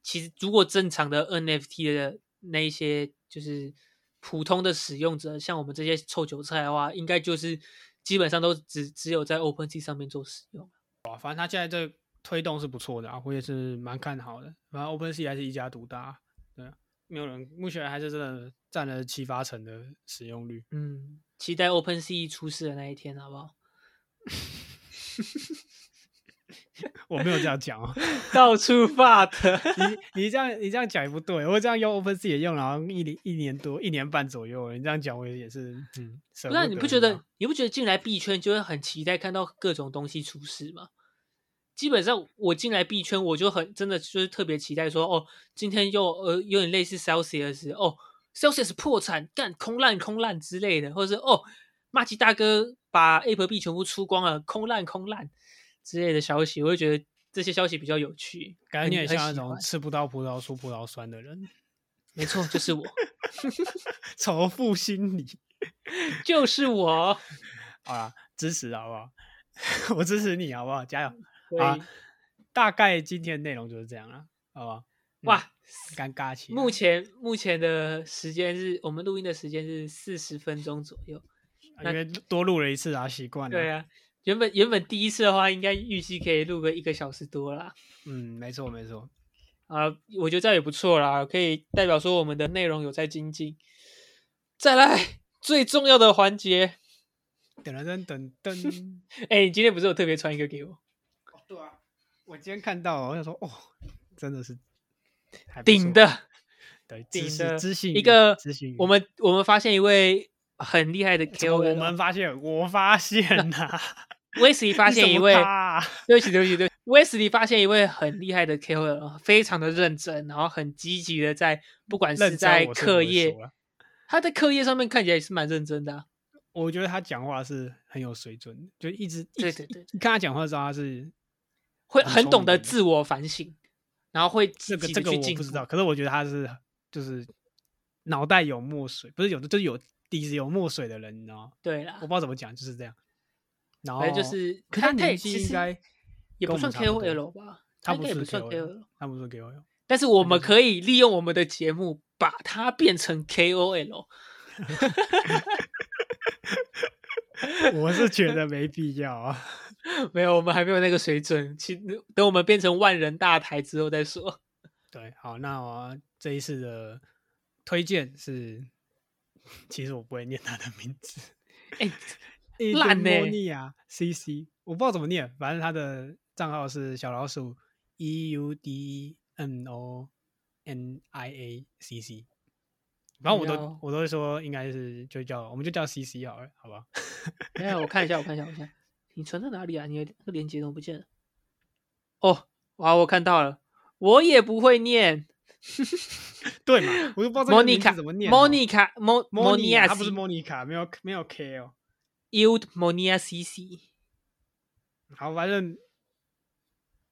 Speaker 2: 其实如果正常的 NFT 的那一些就是普通的使用者，像我们这些臭韭菜的话，应该就是基本上都只只有在 OpenSea 上面做使用。
Speaker 1: 那个东西哇反正它现在这推动是不错的啊，我也是蛮看好的。反正 Open Sea 还是一家独大，对啊，没有人目前还是真的占了七八成的使用率。
Speaker 2: 嗯，期待 OpenSea 出事的那一天，好不好？
Speaker 1: 我没有这样讲哦，
Speaker 2: 到处发的。
Speaker 1: 你你这样你这样讲也不对，我这样用 Open Sea 也用了好像一年一年多一年半左右了，你这样讲我也是嗯，舍
Speaker 2: 不是啊
Speaker 1: 不
Speaker 2: 你不
Speaker 1: 得
Speaker 2: 觉
Speaker 1: 啊
Speaker 2: 得你不觉得进来币圈就会很期待看到各种东西出事吗？基本上我进来币圈，我就很真的就是特别期待说，哦，今天又呃有点类似 Celsius 哦，Celsius 破产干空烂空烂之类的，或者是哦，马吉大哥把 App 币全部出光了，空烂空烂之类的消息，我会觉得这些消息比较有趣，
Speaker 1: 感觉你
Speaker 2: 很
Speaker 1: 很像那
Speaker 2: 喜
Speaker 1: 种
Speaker 2: 欢
Speaker 1: 吃不到葡萄说葡萄酸的人， (laughs)
Speaker 2: 没错，就是我，
Speaker 1: 仇富心理。
Speaker 2: 就是我，
Speaker 1: 好啦，支持好不 (laughs) 好？我支持你好不 (laughs) 好？加油！
Speaker 2: 所
Speaker 1: 啊
Speaker 2: 以，
Speaker 1: 大概今天内容就是这样了，好不好？嗯
Speaker 2: 哇，
Speaker 1: 尴尬起来。
Speaker 2: 目前目前的时间是我们录音的时间是四十分钟左右。
Speaker 1: 啊因为多录了一次啊，习惯了。
Speaker 2: 对啊，原本原本第一次的话，应该预计可以录个一个小时多啦。
Speaker 1: 嗯，没错没错。
Speaker 2: 啊、我觉得这样也不错啦，可以代表说我们的内容有在精进。再来最重要的环节，
Speaker 1: 等等等
Speaker 2: (laughs)
Speaker 1: 等。
Speaker 2: 哎、你今天不是有特别传一个给我？
Speaker 1: 对啊，我今天看到了，我想说，哦，真的是还不
Speaker 2: 顶
Speaker 1: 错，
Speaker 2: 的，
Speaker 1: 对，知
Speaker 2: 顶
Speaker 1: 识
Speaker 2: 的
Speaker 1: 知性
Speaker 2: 一个
Speaker 1: 知性语，
Speaker 2: 我们我们发现一位很厉害的
Speaker 1: 怎么
Speaker 2: KOL，
Speaker 1: 我们发现，我发现呐、
Speaker 2: Wesley 哦 (laughs) 发
Speaker 1: 你怎
Speaker 2: 现一
Speaker 1: 么
Speaker 2: 位，
Speaker 1: 怕啊
Speaker 2: 对不起，对不起，对不起。Wesley 发现一位很厉害的 KOL，非呃常的认真，然后很积极的在，不管
Speaker 1: 认真
Speaker 2: 是在
Speaker 1: 我是不
Speaker 2: 课
Speaker 1: 会
Speaker 2: 业
Speaker 1: 说，啦
Speaker 2: 他在课业上面看起来也是蛮认真的啊、
Speaker 1: 我觉得他讲话是很有水准的，就一直一
Speaker 2: 对
Speaker 1: 直
Speaker 2: 对对
Speaker 1: 一看他讲话就知道他是
Speaker 2: 会
Speaker 1: 很
Speaker 2: 很
Speaker 1: 聪
Speaker 2: 懂得
Speaker 1: 明
Speaker 2: 自我反省，然后会
Speaker 1: 这
Speaker 2: 积
Speaker 1: 个
Speaker 2: 极
Speaker 1: 这
Speaker 2: 的
Speaker 1: 个
Speaker 2: 去
Speaker 1: 我
Speaker 2: 进
Speaker 1: 不知
Speaker 2: 步。
Speaker 1: 道，可是我觉得他是就是脑袋有墨水，不是有的就是有底子有墨水的人，你知道吗？
Speaker 2: 对
Speaker 1: 我
Speaker 2: 啦
Speaker 1: 不，知道怎么讲，就是这样。然后
Speaker 2: 反正就是
Speaker 1: 哦可他
Speaker 2: 他也
Speaker 1: 年
Speaker 2: 其
Speaker 1: 纪应
Speaker 2: 实
Speaker 1: 该
Speaker 2: 也
Speaker 1: 跟
Speaker 2: 不
Speaker 1: 我们
Speaker 2: 算
Speaker 1: 差不多
Speaker 2: KOL 吧，
Speaker 1: 他
Speaker 2: 应该也
Speaker 1: 是
Speaker 2: 不算
Speaker 1: KOL，
Speaker 2: KOL，
Speaker 1: 他不是 KOL，
Speaker 2: 但是我
Speaker 1: 就
Speaker 2: 们
Speaker 1: 是
Speaker 2: 可以利用我们的节目把它变成 KOL。
Speaker 1: 我是觉得没必要啊。
Speaker 2: (laughs)
Speaker 1: (laughs)
Speaker 2: 没有，我们还没有那个水准，其等我们变成万人大台之后再说。 (laughs)
Speaker 1: 对，好，那我这一次的推荐是其实我不会念他的名字，
Speaker 2: 哎、
Speaker 1: 烂
Speaker 2: 烂
Speaker 1: 呢、
Speaker 2: 欸
Speaker 1: 尼亚啊 C C，我不知道怎么念，反正他的账号是小老鼠 E U D N O N I A C C。反正我
Speaker 2: 哎呦
Speaker 1: 都我都会说，应该是就叫我们就叫 C C 好了，好不好？ (laughs)
Speaker 2: 等一哎下我看一下，我看一下，我看一下，你存在哪里啊？你的那个链接怎么不见了？哦，哇，我看到了，我也不会念
Speaker 1: 对嘛？我就不知道这个名字
Speaker 2: ，Monica
Speaker 1: 怎么念哦。
Speaker 2: Monica Mo
Speaker 1: 莫妮亚，
Speaker 2: Monia
Speaker 1: 他不是
Speaker 2: C-
Speaker 1: 莫妮卡，没有没有 K 哦。
Speaker 2: Yud Monia C C，
Speaker 1: 好，反正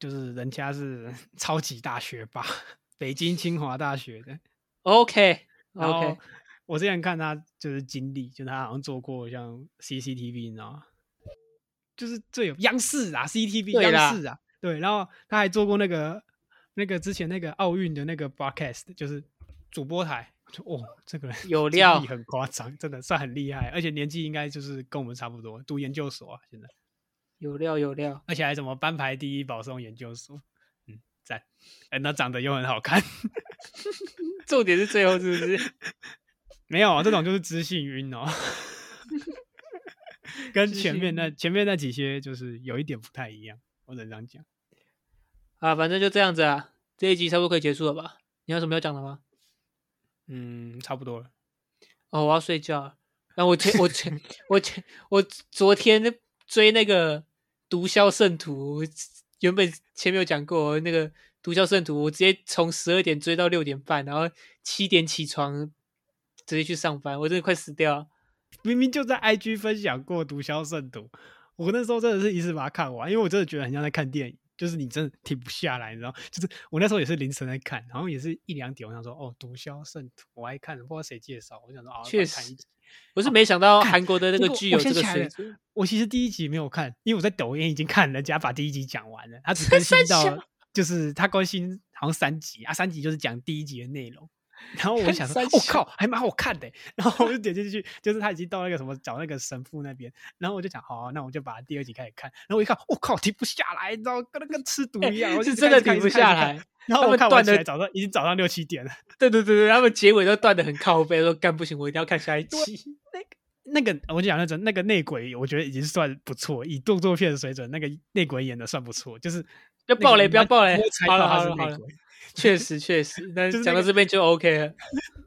Speaker 1: 就是人家是 (laughs) 超级大学霸，北京清华大学的。
Speaker 2: OK
Speaker 1: 然后
Speaker 2: OK，
Speaker 1: 我之前看他就是经历，就是他好像做过像 CCTV，你知道吗？就是最有央视啊，CCTV
Speaker 2: 对啦
Speaker 1: 央视啊，对。然后他还做过那个那个之前那个奥运的那个 broadcast，就是主播台。我就哦，这个人 (laughs)
Speaker 2: 有
Speaker 1: 经
Speaker 2: 料
Speaker 1: 历很夸张，真的算很厉害，而且年纪应该就是跟我们差不多，读研究所啊，现在，
Speaker 2: 有料有料，
Speaker 1: 而且还什么班排第一保送研究所，嗯，赞。哎，那长得又很好看，
Speaker 2: 重点是最后是不是？ (laughs)
Speaker 1: 没有，啊这种就是知性晕 (laughs) 哦，跟前面那前面那几些就是有一点不太一样，我只能这样讲。
Speaker 2: 啊，反正就这样子啊，这一集差不多可以结束了吧？你还有什么要讲的吗？
Speaker 1: 嗯，差不多了。
Speaker 2: 哦，我要睡觉了。那我前我前我前我昨天追那个《毒枭圣徒》，原本前面有讲过那个《毒枭圣徒》，我直接从十二点追到六点半，然后七点起床直接去上班，我真的快死掉了。
Speaker 1: 明明就在 IG 分享过《毒枭圣徒》，我那时候真的是一次把它看完，因为我真的觉得很像在看电影，就是你真的停不下来，你知道？就是我那时候也是凌晨在看，然后也是一两点，我想说哦，《毒枭圣徒》，我还看，不知道谁介绍，我想说啊，
Speaker 2: 确
Speaker 1: 来看
Speaker 2: 实
Speaker 1: 一集
Speaker 2: 我是没想到
Speaker 1: 哦干
Speaker 2: 韩国的那
Speaker 1: 不
Speaker 2: 个
Speaker 1: 过
Speaker 2: 剧
Speaker 1: 我
Speaker 2: 有这
Speaker 1: 想
Speaker 2: 个
Speaker 1: 起来
Speaker 2: 水
Speaker 1: 了
Speaker 2: 准，
Speaker 1: 我其实第一集没有看，因为我在抖音已经看人家把第一集讲完了，他
Speaker 2: (laughs)
Speaker 1: 只更新
Speaker 2: 三小
Speaker 1: 到就是他更新好像三集啊，三集就是讲第一集的内容。然后我就想说，
Speaker 2: 三
Speaker 1: 我、
Speaker 2: 小
Speaker 1: 靠，还蛮好看的欸。然后我就点进去，就是他已经到那个什么找那个神父那边，然后我就想，好啊、那我就把第二集开始看。然后我一看，我、靠，停不下来，你知道，跟那跟吃毒一样，我就是一
Speaker 2: 哎真
Speaker 1: 直
Speaker 2: 的
Speaker 1: 看
Speaker 2: 停不下。
Speaker 1: 一直看一直看一直
Speaker 2: 来
Speaker 1: 看。然后
Speaker 2: 他
Speaker 1: 我
Speaker 2: 们
Speaker 1: 看
Speaker 2: 断
Speaker 1: 完起来，
Speaker 2: 得
Speaker 1: 早上已经早上六七点了。
Speaker 2: 对对对对，他们结尾都断的很靠背，说干不行，我一定要看下一集。 (laughs)
Speaker 1: 那个我就讲认真，那个内鬼我觉得已经算不错，以动作片的水准，那个内鬼演的算不错，就是
Speaker 2: 不要
Speaker 1: 那
Speaker 2: 爆
Speaker 1: 个
Speaker 2: 雷，
Speaker 1: 你
Speaker 2: 不要
Speaker 1: 完
Speaker 2: 爆雷
Speaker 1: 不会。猜
Speaker 2: 好
Speaker 1: 到
Speaker 2: 了
Speaker 1: 他
Speaker 2: 好
Speaker 1: 是
Speaker 2: 了好
Speaker 1: 内
Speaker 2: 了，
Speaker 1: 鬼。
Speaker 2: 确实确实，
Speaker 1: (laughs)
Speaker 2: 但
Speaker 1: 就是
Speaker 2: 讲
Speaker 1: 那
Speaker 2: 到
Speaker 1: 个
Speaker 2: 这边就 OK 了。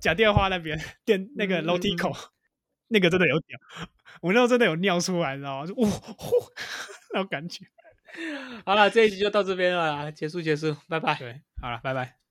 Speaker 1: 假电话那边电那个楼梯口，那个真的有屌，我那时候真的有尿出来，你知道吗？就哇，呼 (laughs) 那种感觉。
Speaker 2: 好了，这一集就到这边了啦，结束结束，拜拜。
Speaker 1: 对，好了，拜拜。